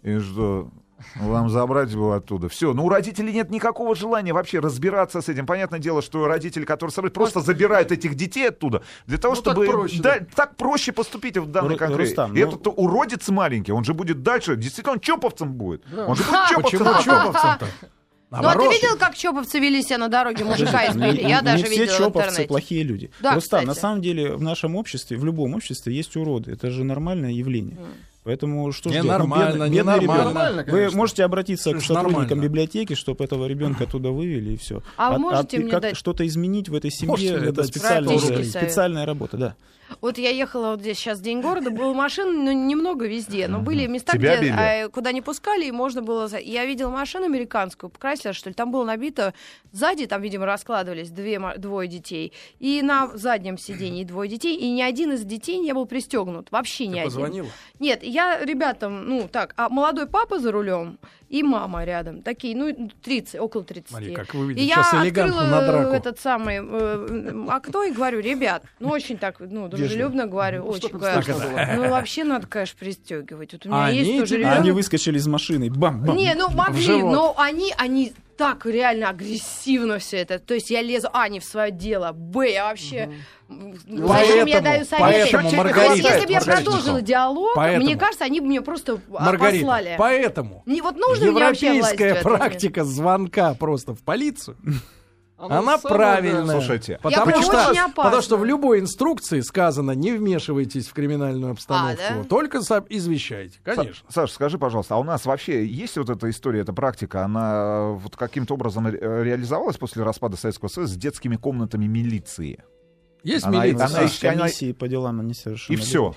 [SPEAKER 4] И что? Вам забрать его оттуда. Все. Ну, у родителей нет никакого желания вообще разбираться с этим. Понятное дело, что родители, которые собрали, просто забирают этих детей оттуда для того,
[SPEAKER 6] Ну, так
[SPEAKER 4] чтобы...
[SPEAKER 6] проще,
[SPEAKER 4] да, Так проще поступить в данной
[SPEAKER 5] Ру-
[SPEAKER 4] конкретной.
[SPEAKER 5] Рустам,
[SPEAKER 4] И
[SPEAKER 5] ну-
[SPEAKER 4] этот уродец маленький, он же будет дальше, действительно, он чоповцем будет. Он же будет чоповцем.
[SPEAKER 2] Почему чоповцам-то?
[SPEAKER 3] Ну, а ты
[SPEAKER 2] Наоборот.
[SPEAKER 3] видел, как чоповцы вели себя на дороге? Мужика
[SPEAKER 5] Подожди,
[SPEAKER 3] избили.
[SPEAKER 5] не-
[SPEAKER 3] Я
[SPEAKER 5] не
[SPEAKER 3] даже
[SPEAKER 5] все
[SPEAKER 3] видела в
[SPEAKER 5] чоповцы
[SPEAKER 3] интернете.
[SPEAKER 5] плохие люди.
[SPEAKER 3] Да,
[SPEAKER 5] Рустам, на
[SPEAKER 3] кстати.
[SPEAKER 5] самом деле в нашем обществе, в любом обществе есть уроды. Это же нормальное явление. Поэтому что ж делать? Ну,
[SPEAKER 2] Ненормально,
[SPEAKER 5] бедный- бедный ребенок.
[SPEAKER 2] ненормально.
[SPEAKER 6] Нормально,
[SPEAKER 5] Вы
[SPEAKER 6] конечно.
[SPEAKER 5] можете обратиться к
[SPEAKER 2] Слушай,
[SPEAKER 5] сотрудникам
[SPEAKER 2] нормально.
[SPEAKER 5] библиотеки, чтобы этого ребенка туда вывели и все.
[SPEAKER 3] А можете мне дать-
[SPEAKER 5] что-то изменить в этой семье?
[SPEAKER 2] Можете мне
[SPEAKER 5] это
[SPEAKER 2] дать
[SPEAKER 5] специальная,
[SPEAKER 3] практический
[SPEAKER 5] работа.
[SPEAKER 3] совет?
[SPEAKER 5] специальная работа, да.
[SPEAKER 3] Вот я ехала вот здесь сейчас день города, было машин, но немного везде, но были места,
[SPEAKER 4] Тебя
[SPEAKER 3] где,
[SPEAKER 4] били?
[SPEAKER 3] а, куда не пускали, и можно было... за- Я видела машину американскую, Крайслер, что ли, там было набито, сзади там, видимо, раскладывались две, ма- двое детей, и на заднем сидении двое детей, и ни один из детей не был пристегнут, вообще ни
[SPEAKER 2] Ты
[SPEAKER 3] один.
[SPEAKER 2] позвонила?
[SPEAKER 3] Нет, я ребятам, ну так, а молодой папа за рулем и мама рядом, такие, ну, 30, около 30.
[SPEAKER 2] Смотри, как вы
[SPEAKER 3] И
[SPEAKER 2] видите,
[SPEAKER 3] я
[SPEAKER 2] сейчас
[SPEAKER 3] открыла
[SPEAKER 2] элегантно на драку.
[SPEAKER 3] э, этот самый э, м, окно и говорю, ребят, ну очень так, ну дружелюбно говорю, очень говорю,
[SPEAKER 6] страшно
[SPEAKER 3] ну вообще надо, конечно, пристегивать. Вот у меня
[SPEAKER 2] А
[SPEAKER 3] есть
[SPEAKER 2] они
[SPEAKER 3] тоже
[SPEAKER 2] тебя-
[SPEAKER 5] А Они
[SPEAKER 3] ребенок.
[SPEAKER 5] выскочили из машины, бам-бам.
[SPEAKER 3] Не, ну могли,
[SPEAKER 2] живот.
[SPEAKER 3] но они, они так реально агрессивно все это. То есть я лезу, а, не в свое дело, б, я вообще... м, Зачем я
[SPEAKER 2] Поэтому-
[SPEAKER 3] даю советы?
[SPEAKER 2] поэтому,
[SPEAKER 4] Чё тебе
[SPEAKER 2] Маргарита,
[SPEAKER 4] хватает,
[SPEAKER 3] Если бы я
[SPEAKER 4] Маргарита?
[SPEAKER 3] продолжила диалог,
[SPEAKER 2] Поэтому.
[SPEAKER 3] мне кажется, они бы меня просто а,
[SPEAKER 2] Маргарита,
[SPEAKER 3] послали.
[SPEAKER 2] поэтому
[SPEAKER 3] Не, вот нужно мне вообще власть в
[SPEAKER 2] европейская
[SPEAKER 3] этот момент?
[SPEAKER 2] практика звонка просто в полицию,
[SPEAKER 6] Оно
[SPEAKER 2] она
[SPEAKER 6] само, да.
[SPEAKER 2] правильная.
[SPEAKER 4] Слушайте,
[SPEAKER 2] потому
[SPEAKER 3] Я
[SPEAKER 2] что,
[SPEAKER 3] очень опасно.
[SPEAKER 2] потому что в любой инструкции сказано, не вмешивайтесь в криминальную обстановку,
[SPEAKER 3] А, да?
[SPEAKER 2] только со- извещайте, конечно.
[SPEAKER 4] Са- Саш, скажи, пожалуйста, а у нас вообще есть вот эта история, эта практика, она э, вот каким-то образом ре- э, реализовалась после распада Советского Союза с детскими комнатами милиции?
[SPEAKER 2] Есть
[SPEAKER 4] Она-
[SPEAKER 2] милиция.
[SPEAKER 4] она-
[SPEAKER 5] С комиссией по делам они совершенно.
[SPEAKER 4] И все.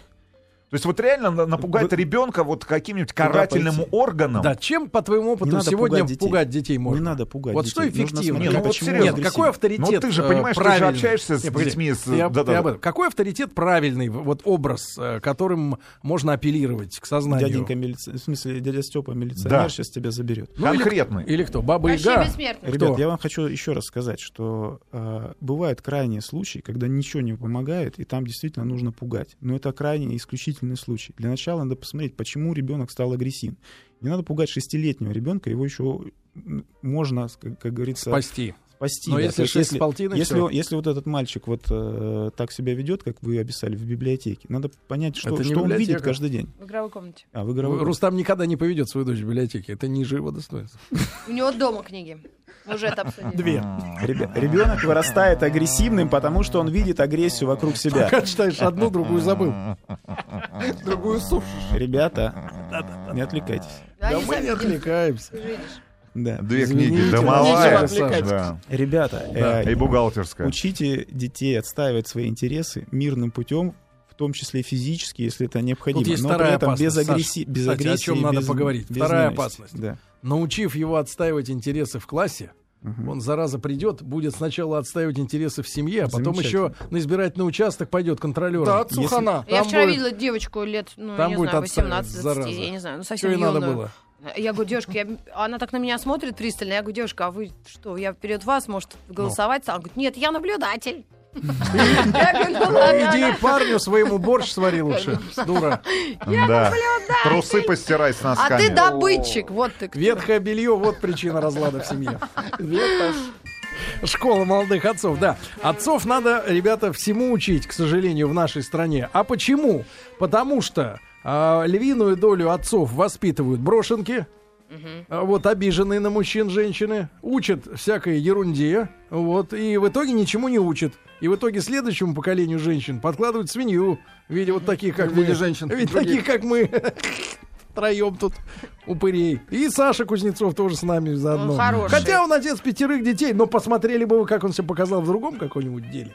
[SPEAKER 4] То есть вот реально на- напугать
[SPEAKER 5] ну, Вы-
[SPEAKER 4] ребенка вот каким-нибудь
[SPEAKER 5] Куда
[SPEAKER 4] карательным
[SPEAKER 5] пойти?
[SPEAKER 4] органом?
[SPEAKER 2] Да, чем, по твоему опыту,
[SPEAKER 5] надо
[SPEAKER 2] сегодня
[SPEAKER 5] пугать детей.
[SPEAKER 2] пугать детей можно?
[SPEAKER 5] Не надо пугать
[SPEAKER 2] Вот
[SPEAKER 5] детей.
[SPEAKER 2] что
[SPEAKER 5] Нужно
[SPEAKER 2] эффективно?
[SPEAKER 5] смотреть,
[SPEAKER 4] Не, ну вот
[SPEAKER 5] почему
[SPEAKER 4] серьезно.
[SPEAKER 2] Нет,
[SPEAKER 5] агрессивно.
[SPEAKER 2] какой авторитет?
[SPEAKER 4] Ну, ты же
[SPEAKER 2] э,
[SPEAKER 4] понимаешь, ты же
[SPEAKER 2] правильный?
[SPEAKER 4] общаешься с детьми, с-
[SPEAKER 2] я-
[SPEAKER 4] да-да.
[SPEAKER 2] я об этом. Какой авторитет правильный, вот образ, э, которым можно апеллировать к сознанию?
[SPEAKER 5] Дяденька милице- в смысле, дядя Степа милиционер
[SPEAKER 4] Да.
[SPEAKER 5] сейчас тебя заберет.
[SPEAKER 2] или-
[SPEAKER 4] Конкретный.
[SPEAKER 2] Или кто? Баба
[SPEAKER 3] Вообще
[SPEAKER 2] Яга?
[SPEAKER 3] бессмертный.
[SPEAKER 5] Ребят,
[SPEAKER 2] Кто?
[SPEAKER 5] я вам хочу еще раз сказать, что э, бывают крайние случаи, когда ничего не помогает, и там действительно нужно пугать. Но это крайний исключительный случай. Для начала надо посмотреть, почему ребенок стал агрессивен. Не надо пугать шестилетнего ребенка, его еще м, можно, как, как говорится,
[SPEAKER 2] Спасти.
[SPEAKER 5] спасти.
[SPEAKER 2] Но
[SPEAKER 5] да. То
[SPEAKER 2] если
[SPEAKER 5] есть
[SPEAKER 2] шесть с полтиной,
[SPEAKER 5] если,
[SPEAKER 2] всё.
[SPEAKER 5] он- если вот этот мальчик вот э, так себя ведет, как вы описали в библиотеке, надо понять, что,
[SPEAKER 2] Это не
[SPEAKER 5] что он видит
[SPEAKER 2] библиотека.
[SPEAKER 5] каждый день.
[SPEAKER 3] В игровой комнате.
[SPEAKER 5] А, в игровой
[SPEAKER 2] Рустам никогда не поведет свою дочь в библиотеке. Это ниже его достоинства.
[SPEAKER 3] У него дома книги. Мы уже это обсудили.
[SPEAKER 4] А.
[SPEAKER 5] Ребе- Ребенок вырастает агрессивным, потому что он видит агрессию вокруг себя.
[SPEAKER 2] Как считаешь, одну, другую забыл.
[SPEAKER 6] Другую сушу.
[SPEAKER 5] Ребята, не отвлекайтесь.
[SPEAKER 3] Да, они
[SPEAKER 2] мы
[SPEAKER 3] сами
[SPEAKER 2] не
[SPEAKER 3] делают.
[SPEAKER 2] отвлекаемся.
[SPEAKER 5] Да.
[SPEAKER 4] Две
[SPEAKER 2] Извините,
[SPEAKER 4] книги.
[SPEAKER 2] Владимир
[SPEAKER 4] Домовая.
[SPEAKER 2] Александрович.
[SPEAKER 4] Да.
[SPEAKER 5] Ребята, э,
[SPEAKER 4] И бухгалтерская.
[SPEAKER 5] учите детей отстаивать свои интересы мирным путем, в том числе и физически, если это необходимо.
[SPEAKER 2] Тут есть
[SPEAKER 5] но
[SPEAKER 2] вторая
[SPEAKER 5] при этом без,
[SPEAKER 2] опасность,
[SPEAKER 5] агресси-
[SPEAKER 2] Саша.
[SPEAKER 5] без
[SPEAKER 2] Кстати, о
[SPEAKER 5] агрессии.
[SPEAKER 2] чем надо
[SPEAKER 5] без-
[SPEAKER 2] поговорить.
[SPEAKER 5] без
[SPEAKER 2] Вторая
[SPEAKER 5] ненависти.
[SPEAKER 2] опасность.
[SPEAKER 5] Да.
[SPEAKER 2] Научив его отстаивать интересы в классе,
[SPEAKER 5] Мгм.
[SPEAKER 2] он, зараза, придет, будет сначала отстаивать интересы в семье, а потом
[SPEAKER 5] Замечательно.
[SPEAKER 2] еще на избирательный участок пойдет контролером.
[SPEAKER 6] Да,
[SPEAKER 5] Если-
[SPEAKER 6] Цухана.
[SPEAKER 3] Я
[SPEAKER 2] Там
[SPEAKER 3] вчера
[SPEAKER 2] будет-
[SPEAKER 3] видела девочку лет, ну,
[SPEAKER 2] Там
[SPEAKER 3] я не
[SPEAKER 2] будет
[SPEAKER 3] знаю,
[SPEAKER 2] отстаивать,
[SPEAKER 3] 18
[SPEAKER 2] зараза.
[SPEAKER 3] я не знаю, ну,
[SPEAKER 2] Что
[SPEAKER 3] совсем
[SPEAKER 2] и надо
[SPEAKER 3] юную.
[SPEAKER 2] было.
[SPEAKER 3] Я говорю, девушка, я... она так на меня смотрит пристально. Я говорю, девушка, а вы что, я вперед вас, может,
[SPEAKER 2] Ну.
[SPEAKER 3] голосовать? Она говорит, нет, я наблюдатель. Я говорю, ну ладно.
[SPEAKER 2] Иди парню своему борщ свари лучше, дура.
[SPEAKER 4] Да. Трусы постирай с
[SPEAKER 3] А
[SPEAKER 4] носками.
[SPEAKER 3] ты добытчик, вот ты. кто.
[SPEAKER 2] Ветхое белье, вот причина разлада в семье. Школа молодых отцов, да. Отцов надо, ребята, всему учить, к сожалению, в нашей стране. А почему? Потому что а, львиную долю отцов воспитывают брошенки, а, вот обиженные на мужчин женщины, учат всякой ерунде, вот, и в итоге ничему не учат. И в итоге следующему поколению женщин подкладывают свинью в виде вот таких, как
[SPEAKER 6] В виде
[SPEAKER 2] мы.
[SPEAKER 6] женщин.
[SPEAKER 2] В виде таких,
[SPEAKER 6] Других.
[SPEAKER 2] как мы. Троем тут упырей. И Саша Кузнецов тоже с нами заодно.
[SPEAKER 3] хороший.
[SPEAKER 2] Хотя он отец пятерых детей, но посмотрели бы вы, как он себя показал в другом каком-нибудь деле.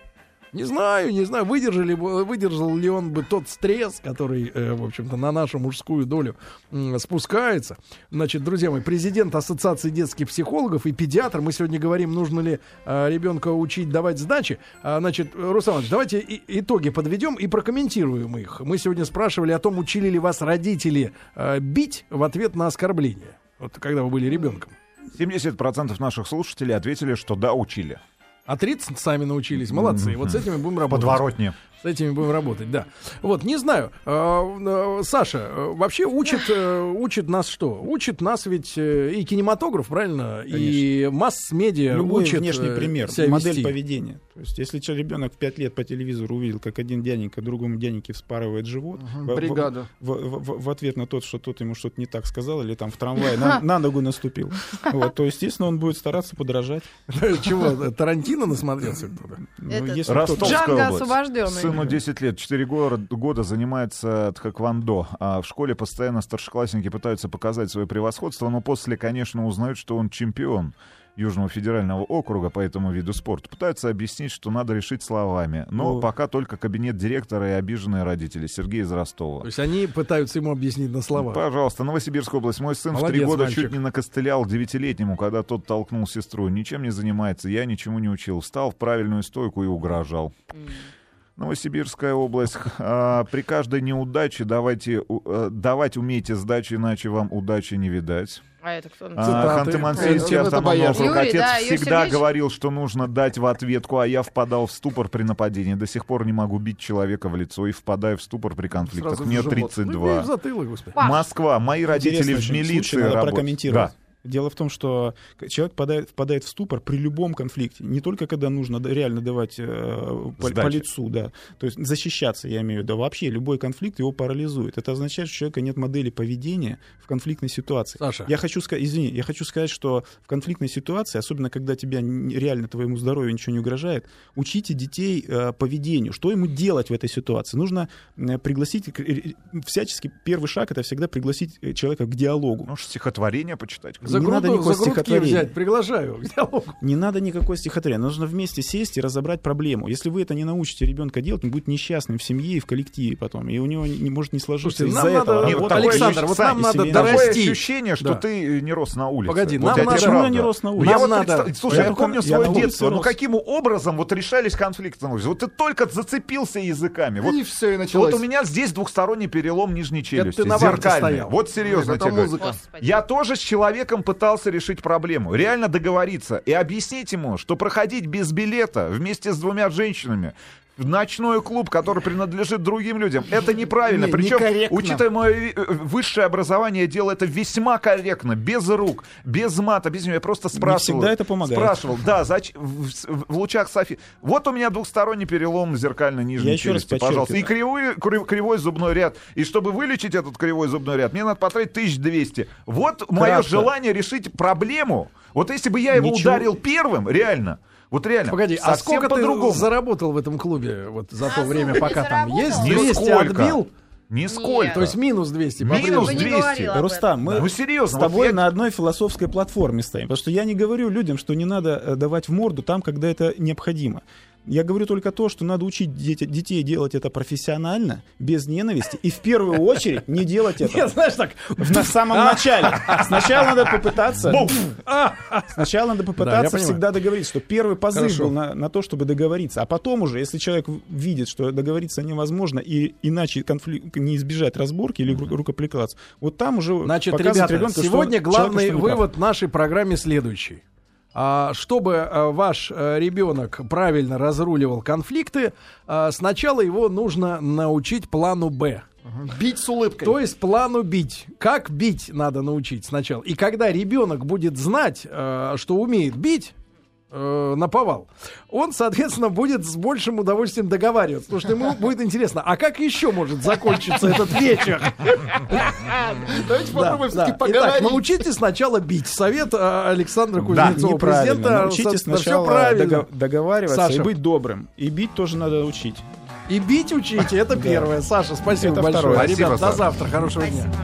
[SPEAKER 2] Не знаю, не знаю, выдержали, бы- выдержал ли он бы тот стресс, который, э, в общем-то, на нашу мужскую долю м, спускается. Значит, друзья мои, президент Ассоциации детских психологов и педиатр. Мы сегодня говорим, нужно ли э, ребенка учить давать сдачи. А, значит, Руслан, Иванович, давайте и- итоги подведем и прокомментируем их. Мы сегодня спрашивали о том, учили ли вас родители э, бить в ответ на оскорбление. Вот когда вы были ребенком.
[SPEAKER 4] 70% наших слушателей ответили, что да, учили.
[SPEAKER 2] А 30 сами научились. Молодцы. Вот с этими будем работать.
[SPEAKER 4] Подворотни.
[SPEAKER 2] С этими будем работать, да. Вот, не знаю. э, э, Саша, э, вообще учит, э, учит нас что? Учит нас ведь э, и кинематограф, правильно? И масс-медиа
[SPEAKER 5] Любой
[SPEAKER 2] учит,
[SPEAKER 5] внешний
[SPEAKER 2] э,
[SPEAKER 5] пример,
[SPEAKER 2] себя
[SPEAKER 5] модель
[SPEAKER 2] вести.
[SPEAKER 5] поведения. То есть, если че- ребенок в 5 лет по телевизору увидел, как один дяденька другому дяденьке вспарывает живот, в- в-
[SPEAKER 6] Бригада.
[SPEAKER 5] В, в- в ответ на тот, что тот ему что-то не так сказал, или там в трамвае на, на ногу наступил, вот, то, естественно, он будет стараться подражать.
[SPEAKER 2] Чего, Тарантино насмотрелся кто-то?
[SPEAKER 5] Ну,
[SPEAKER 3] Этот-
[SPEAKER 5] если кто-то-
[SPEAKER 4] Ростовская
[SPEAKER 3] Джанго
[SPEAKER 4] область.
[SPEAKER 3] освобожденный.
[SPEAKER 4] Сыну 10 лет, 4 года занимается тхэквондо. А в школе постоянно старшеклассники пытаются показать свое превосходство, но после, конечно, узнают, что он чемпион Южного федерального округа по этому виду спорта. Пытаются объяснить, что надо решить словами. Но
[SPEAKER 5] О.
[SPEAKER 4] пока только кабинет директора и обиженные родители. Сергей из Ростова.
[SPEAKER 2] То есть они пытаются ему объяснить на словах.
[SPEAKER 4] Пожалуйста, Новосибирская область. Мой сын в три
[SPEAKER 2] Молодец,
[SPEAKER 4] года
[SPEAKER 2] мальчик.
[SPEAKER 4] чуть не накостылял девятилетнему, когда тот толкнул сестру. Ничем не занимается, я ничему не учил. Встал в правильную стойку и угрожал. Новосибирская область. А, при каждой неудаче давайте, у- э, давать умейте сдачи, иначе вам удачи не видать.
[SPEAKER 3] А это кто?
[SPEAKER 2] Цитаты.
[SPEAKER 4] А, Ханты-Мансийский
[SPEAKER 6] Константин
[SPEAKER 4] автономный
[SPEAKER 6] Тобаяшев.
[SPEAKER 4] округ.
[SPEAKER 3] Юрий,
[SPEAKER 4] Отец
[SPEAKER 3] да, Юрий
[SPEAKER 4] всегда
[SPEAKER 3] Сергеевич.
[SPEAKER 4] говорил, что нужно дать в ответку, а я впадал в ступор при нападении. До сих пор не могу бить человека в лицо и впадаю в ступор при конфликтах.
[SPEAKER 6] Сразу в
[SPEAKER 4] Мне
[SPEAKER 6] живот.
[SPEAKER 2] Ну, и
[SPEAKER 4] 32.
[SPEAKER 2] в затылок, господи.
[SPEAKER 3] Паш.
[SPEAKER 4] Москва. Мои родители
[SPEAKER 5] Интересный
[SPEAKER 4] в
[SPEAKER 5] очень случай,
[SPEAKER 4] милиции
[SPEAKER 5] надо
[SPEAKER 4] работают.
[SPEAKER 5] прокомментировать.
[SPEAKER 4] Да.
[SPEAKER 5] Дело в том, что к- человек впадает, впадает в ступор при любом конфликте. Не только когда нужно д- реально давать э, по,
[SPEAKER 4] Сдачи.
[SPEAKER 5] по лицу, да. То есть защищаться, я имею в виду. А Вообще любой конфликт его парализует. Это означает, что у человека нет модели поведения в конфликтной ситуации.
[SPEAKER 2] Саша.
[SPEAKER 5] Я хочу сказать, извини, я хочу сказать, что в конфликтной ситуации, особенно когда тебя н- реально твоему здоровью ничего не угрожает, учите детей э, поведению, что ему делать в этой ситуации. Нужно э, пригласить, к- э, э, всячески первый шаг это всегда пригласить э, человека к диалогу.
[SPEAKER 4] Ну, стихотворение почитать.
[SPEAKER 2] За,
[SPEAKER 5] не
[SPEAKER 2] груду-
[SPEAKER 5] надо никакого
[SPEAKER 2] за грудки
[SPEAKER 5] стихотворения.
[SPEAKER 2] взять, приглашаю к диалогу.
[SPEAKER 5] Не надо никакой стихотворения, нужно вместе сесть и разобрать проблему. Если вы это не научите ребенка делать, он будет несчастным в семье и в коллективе потом, и у него не, не может не сложиться
[SPEAKER 2] Слушайте,
[SPEAKER 5] из-за
[SPEAKER 2] нам надо,
[SPEAKER 5] этого.
[SPEAKER 4] Нет,
[SPEAKER 2] вот,
[SPEAKER 5] работа,
[SPEAKER 4] такое
[SPEAKER 2] Александр,
[SPEAKER 4] ощущ-
[SPEAKER 2] вот нам
[SPEAKER 5] и
[SPEAKER 2] надо
[SPEAKER 5] семейная
[SPEAKER 4] Такое
[SPEAKER 2] дорасти.
[SPEAKER 4] ощущение, что
[SPEAKER 2] Да.
[SPEAKER 4] ты э, не рос на улице.
[SPEAKER 2] Погоди,
[SPEAKER 4] Вот
[SPEAKER 2] нам
[SPEAKER 4] я тебе
[SPEAKER 2] надо-
[SPEAKER 5] Почему я
[SPEAKER 4] правда.
[SPEAKER 5] не рос на
[SPEAKER 4] Ну,
[SPEAKER 5] улице?
[SPEAKER 4] я вот
[SPEAKER 2] Нам
[SPEAKER 4] представ-
[SPEAKER 2] надо-
[SPEAKER 4] Слушай, я,
[SPEAKER 5] Я на
[SPEAKER 4] помню
[SPEAKER 5] улице
[SPEAKER 4] свое
[SPEAKER 5] рос.
[SPEAKER 4] детство. Ну каким образом вот решались конфликты на улице? Вот ты только зацепился языками. Вот,
[SPEAKER 6] И все, и
[SPEAKER 4] вот
[SPEAKER 6] началось.
[SPEAKER 4] у меня здесь двухсторонний перелом нижней челюсти.
[SPEAKER 2] ты на варке
[SPEAKER 4] зеркальный.
[SPEAKER 2] стоял.
[SPEAKER 4] Вот серьезно
[SPEAKER 6] Нет, это
[SPEAKER 4] тебе говорю.
[SPEAKER 6] музыка.
[SPEAKER 3] Господи.
[SPEAKER 4] Я тоже с человеком пытался решить проблему, реально договориться и объяснить ему, что проходить без билета вместе с двумя женщинами в ночной клуб, который принадлежит другим людям, это неправильно.
[SPEAKER 6] Не,
[SPEAKER 4] Причем,
[SPEAKER 6] некорректно.
[SPEAKER 4] учитывая мое ви- э, высшее образование, я делал это весьма корректно, без рук, без мата, без него. Я просто спрашивал.
[SPEAKER 5] всегда это помогает.
[SPEAKER 4] Спрашивал, да, зач- в, с- в лучах Софи. Вот у меня двухсторонний перелом зеркально нижней
[SPEAKER 5] Я еще раз
[SPEAKER 4] челюсти, пожалуйста. И
[SPEAKER 5] подчеркиваю.
[SPEAKER 4] кривой, крив- кривой зубной ряд. И чтобы вылечить этот кривой зубной ряд, мне надо потратить 1200. Вот мое
[SPEAKER 5] Кратко.
[SPEAKER 4] желание решить проблему. Вот если бы я его
[SPEAKER 5] Ничего.
[SPEAKER 4] ударил первым, реально, вот реально,
[SPEAKER 2] Погоди, а
[SPEAKER 4] совсем
[SPEAKER 2] сколько
[SPEAKER 4] по-другому.
[SPEAKER 2] ты заработал в этом клубе вот за то
[SPEAKER 3] А
[SPEAKER 2] время,
[SPEAKER 3] сколько
[SPEAKER 2] пока
[SPEAKER 3] ты
[SPEAKER 2] там есть?
[SPEAKER 3] заработал?
[SPEAKER 2] 200
[SPEAKER 4] Нисколько.
[SPEAKER 2] отбил?
[SPEAKER 4] Нисколько.
[SPEAKER 2] То есть минус 200.
[SPEAKER 4] Минус
[SPEAKER 3] бы не
[SPEAKER 4] 200.
[SPEAKER 3] говорила. об
[SPEAKER 5] Рустам, мы
[SPEAKER 4] Ну серьезно,
[SPEAKER 5] с
[SPEAKER 4] вот
[SPEAKER 5] тобой
[SPEAKER 4] я-
[SPEAKER 5] на одной философской платформе стоим. Потому что я не говорю людям, что не надо э, давать в морду там, когда это необходимо. Я говорю только то, что надо учить дети- детей делать это профессионально, без ненависти, и в первую очередь не делать
[SPEAKER 2] Я,
[SPEAKER 5] это
[SPEAKER 2] знаешь, так,
[SPEAKER 5] в- на самом начале. Сначала надо попытаться, сначала надо
[SPEAKER 2] Да, я
[SPEAKER 5] попытаться
[SPEAKER 2] понимаю.
[SPEAKER 5] всегда договориться, что первый позыв
[SPEAKER 2] Хорошо.
[SPEAKER 5] был на, на то, чтобы договориться, а потом уже, если человек в- видит, что договориться невозможно и иначе конфликт не избежать разборки или ру- рукоплескаться, вот там уже
[SPEAKER 2] Значит,
[SPEAKER 5] показывать
[SPEAKER 2] ребята,
[SPEAKER 5] ребенку, что
[SPEAKER 2] сегодня
[SPEAKER 5] человеку,
[SPEAKER 2] главный
[SPEAKER 5] что не прав.
[SPEAKER 2] вывод нашей программе следующий. А, Чтобы э, ваш э, ребенок правильно разруливал конфликты, э, сначала его нужно научить плану Б.
[SPEAKER 6] Бить с улыбкой.
[SPEAKER 2] То есть плану бить. Как бить надо научить сначала. И когда ребенок будет знать, э, что умеет бить, э, наповал, он, соответственно, будет с большим удовольствием договариваться, потому что ему будет интересно, а как еще может закончиться этот вечер?
[SPEAKER 6] Давайте попробуем
[SPEAKER 2] Да, да. Итак,
[SPEAKER 6] все-таки поговорить.
[SPEAKER 2] научите сначала бить. Совет э, Александра
[SPEAKER 5] Да,
[SPEAKER 2] Кузнецова,
[SPEAKER 5] неправильно.
[SPEAKER 2] президента.
[SPEAKER 5] Научите
[SPEAKER 2] все
[SPEAKER 5] сначала
[SPEAKER 2] правильно.
[SPEAKER 5] дога- договариваться
[SPEAKER 2] Саша.
[SPEAKER 5] и быть добрым. И бить тоже надо учить.
[SPEAKER 2] И бить учите, это первое. Саша, спасибо
[SPEAKER 5] Это
[SPEAKER 2] большое.
[SPEAKER 5] второе.
[SPEAKER 2] Ребят,
[SPEAKER 4] Спасибо,
[SPEAKER 2] до
[SPEAKER 4] Саша.
[SPEAKER 2] завтра. Хорошего дня.
[SPEAKER 3] Спасибо.